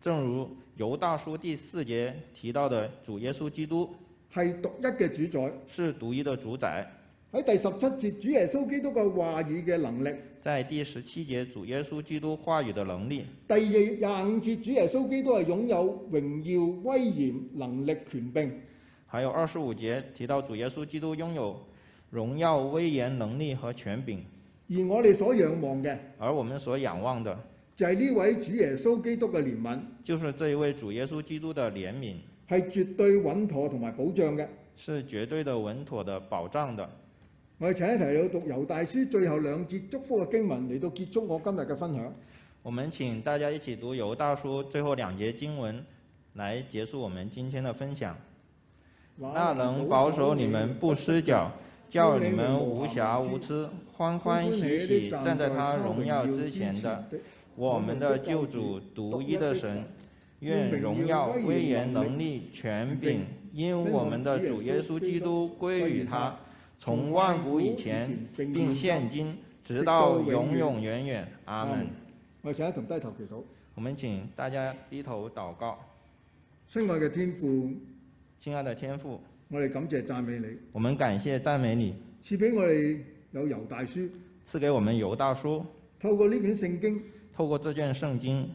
Speaker 2: 正如犹大书第四节提到的，主耶稣基督
Speaker 1: 係獨一嘅主宰。
Speaker 2: 是独一的主宰。
Speaker 1: 喺第十七節，主耶穌基督嘅話語嘅能力；
Speaker 2: 在第十七节，主耶稣基督话语的能力；
Speaker 1: 第二廿五節，主耶穌基督係擁有榮耀、威嚴、能力、權柄。
Speaker 2: 还有二十五节提到主耶稣基督拥有荣耀、威严、能力和权柄。
Speaker 1: 而我哋所仰望嘅
Speaker 2: 而我们所仰望的，
Speaker 1: 就係呢位主耶穌基督嘅憐憫，
Speaker 2: 就是这一位主耶稣基督的怜悯，
Speaker 1: 係絕對穩妥同埋保障嘅。
Speaker 2: 是绝对的稳妥的保障的。
Speaker 1: 我哋請一提到讀猶大書最後兩節祝福嘅經文嚟到結束我今日嘅分享。
Speaker 2: 我们请大家一起读犹大书最后两节经文，来结束我们今天的分享。
Speaker 1: 啊
Speaker 2: 那能保守你们不失脚，叫你们无瑕无疵，欢欢喜喜站在他荣耀之前的，我们的救主独一的神，愿荣耀、威严、能力、权柄，因我们的主耶稣基督归于他，从万古以前，并现今，直到永永远远。阿门。
Speaker 1: 我哋請一同低頭祈禱。
Speaker 2: 我们请大家低头祷告，
Speaker 1: 親愛嘅天父，
Speaker 2: 亲爱的天父，
Speaker 1: 我哋感謝讚美你，
Speaker 2: 我们感谢赞美你，
Speaker 1: 賜俾我哋有猶大書，
Speaker 2: 赐给我们犹大书，
Speaker 1: 透過呢卷聖經，
Speaker 2: 透过这卷圣经，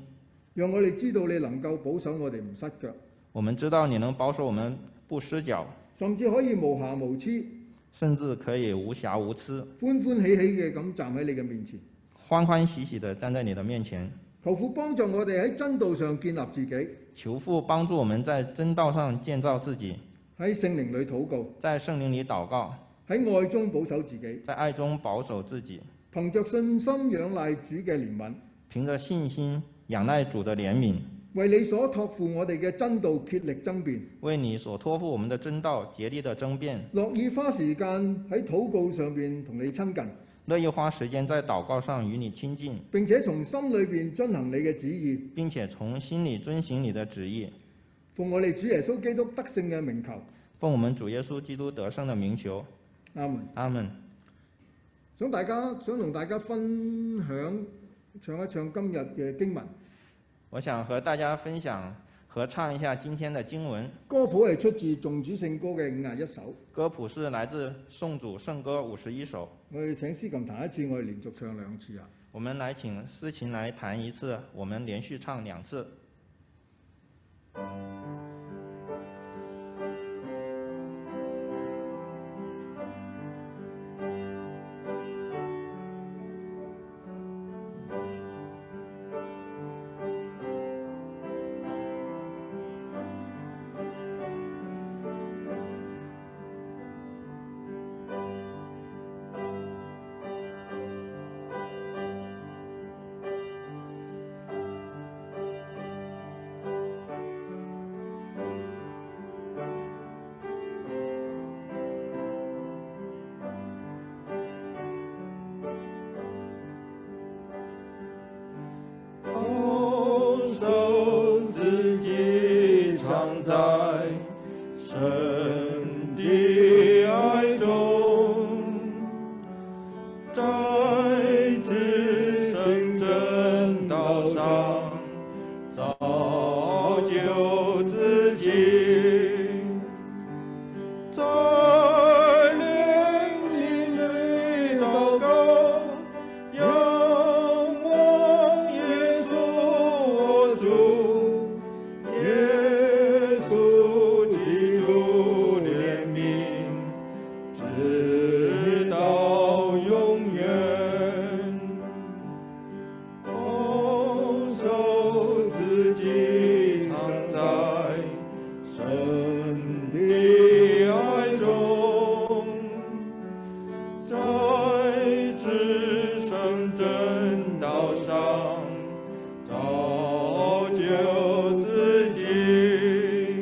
Speaker 1: 讓我哋知道你能夠保守我哋唔失腳，
Speaker 2: 我们知道你能保守我们不失脚，
Speaker 1: 甚至可以無瑕無疵、
Speaker 2: 甚至可以无瑕无疵，
Speaker 1: 歡歡喜喜嘅咁站喺你嘅面前。
Speaker 2: 欢欢喜喜地站在你的面前。
Speaker 1: 求父幫助我哋喺真道上建立自己，
Speaker 2: 求父帮助我们在真道上建造自己，
Speaker 1: 喺聖靈裏禱告，
Speaker 2: 在圣灵里祷告，
Speaker 1: 喺愛中保守自己，
Speaker 2: 在爱中保守自己，
Speaker 1: 憑着信心仰賴主嘅憐憫，
Speaker 2: 凭着信心仰赖主的怜悯，
Speaker 1: 為你所托付我哋嘅真道竭力爭辯，
Speaker 2: 为你所托付我们的真道竭力的争辩，
Speaker 1: 樂意花時間喺禱告上面同你親近。
Speaker 2: 乐意花时间在祷告上与你亲近，
Speaker 1: 並且從心裏邊遵行你嘅旨意。
Speaker 2: 并且从心里遵行你的旨意。
Speaker 1: 奉我哋主耶穌基督得勝嘅名求，
Speaker 2: 奉我们主耶穌基督得胜的名求，
Speaker 1: 阿門。
Speaker 2: 阿门。
Speaker 1: 想大家想同大家分享唱一唱今日嘅經文，
Speaker 2: 我想和大家分享合唱一下今天的经文。
Speaker 1: 歌譜係出自眾主聖歌嘅五廿一首。
Speaker 2: 歌谱是来自宋主圣歌五十一首。
Speaker 1: 我哋請司琴彈一次，我哋連續唱兩次啊！
Speaker 2: 我们来请思琴来弹一次，我们连续唱两次。
Speaker 3: 保守自己藏在神的爱中，在至圣正道上造就自己，在灵里里祷告。仰望耶稣，我主，耶稣基督怜悯，直到永远。保守自己藏在神的爱中。在至圣正道上造就自己，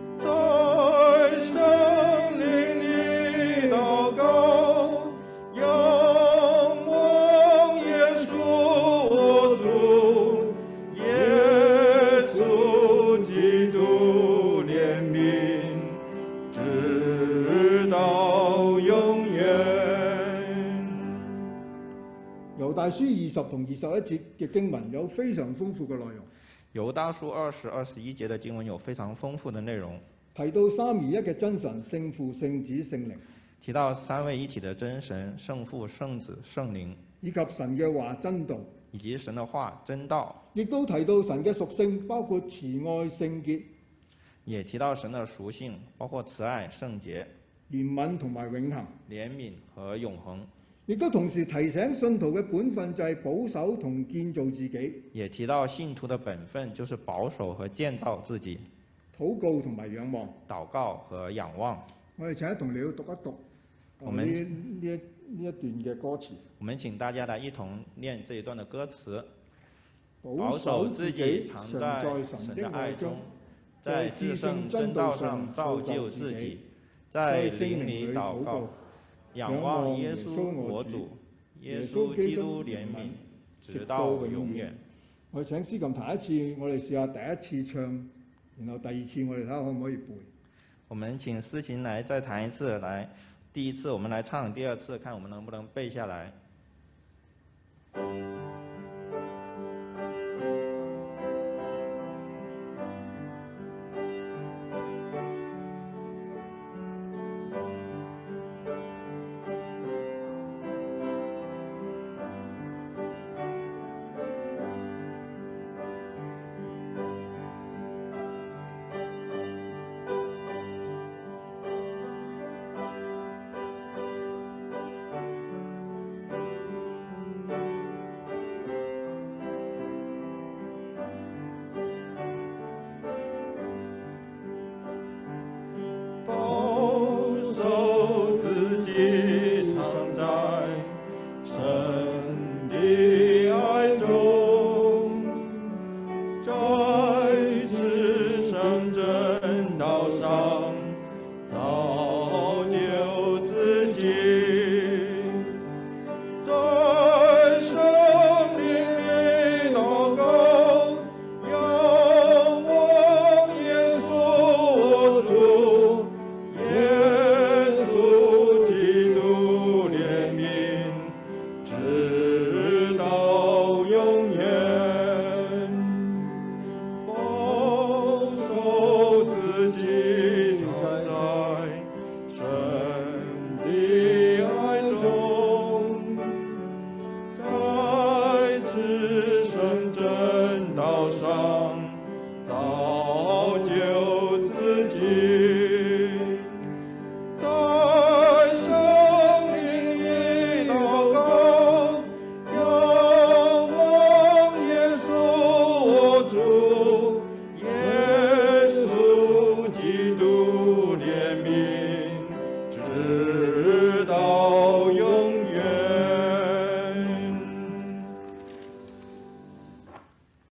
Speaker 3: 在圣灵里祷告，仰望耶稣我主，耶稣基督怜悯。直到永远。
Speaker 1: 猶大書二十同二十一節嘅經文有非常豐富嘅內容，
Speaker 2: 犹大书二十二十一节的经文有非常丰富的内容，
Speaker 1: 提到三而一嘅真神聖父、聖子、聖靈，
Speaker 2: 提到三位一体的真神、圣父、圣子、圣灵，
Speaker 1: 以及神嘅話真道，
Speaker 2: 以及神的话、真道，
Speaker 1: 亦都提到神嘅屬性，包括慈愛、聖潔、
Speaker 2: 也提到神的属性，包括慈爱、圣洁、
Speaker 1: 憐憫同埋永恆。
Speaker 2: 怜悯和永恒，
Speaker 1: 亦都同時提醒信徒嘅本分就係保守同建造自己、
Speaker 2: 也提到信徒的本分就是保守和建造自己，
Speaker 1: 禱告同埋仰望。
Speaker 2: 祷告和仰望。
Speaker 1: 我哋請一同你要讀一讀
Speaker 2: 我
Speaker 1: 呃
Speaker 2: 們
Speaker 1: 呢呢一呢一段嘅歌詞，
Speaker 2: 我们请大家来一同念这一段的歌词。
Speaker 1: 保
Speaker 2: 守
Speaker 1: 守
Speaker 2: 自
Speaker 1: 自
Speaker 2: 己
Speaker 1: 己
Speaker 2: 藏
Speaker 1: 常在
Speaker 2: 在神
Speaker 1: 神
Speaker 2: 的
Speaker 1: 的
Speaker 2: 愛
Speaker 1: 愛
Speaker 2: 中
Speaker 1: 中，
Speaker 2: 在
Speaker 1: 在
Speaker 2: 至
Speaker 1: 至
Speaker 2: 圣
Speaker 1: 圣
Speaker 2: 真
Speaker 1: 真
Speaker 2: 道
Speaker 1: 道
Speaker 2: 上
Speaker 1: 上
Speaker 2: 造
Speaker 1: 造
Speaker 2: 就
Speaker 1: 就
Speaker 2: 自
Speaker 1: 自
Speaker 2: 己
Speaker 1: 己，
Speaker 2: 在
Speaker 1: 聖
Speaker 2: 灵
Speaker 1: 靈
Speaker 2: 里
Speaker 1: 裏
Speaker 2: 祷
Speaker 1: 禱
Speaker 2: 告
Speaker 1: 告，，
Speaker 2: 仰望耶稣我主，耶
Speaker 1: 耶
Speaker 2: 稣
Speaker 1: 穌
Speaker 2: 基
Speaker 1: 基
Speaker 2: 督
Speaker 1: 督
Speaker 2: 怜
Speaker 1: 憐
Speaker 2: 悯
Speaker 1: 憫，
Speaker 2: 直
Speaker 1: 直
Speaker 2: 到
Speaker 1: 到
Speaker 2: 永
Speaker 1: 永
Speaker 2: 远
Speaker 1: 遠。我哋請司琴彈一次，我哋試下第一次唱，然後第二次我哋睇下可唔可以背。
Speaker 2: 我们请思琴来再弹一次，来，第一次我们来唱，第二次看我们能不能背下来。
Speaker 3: 保守自己藏在神的爱中，在至圣正道上造就自己，子。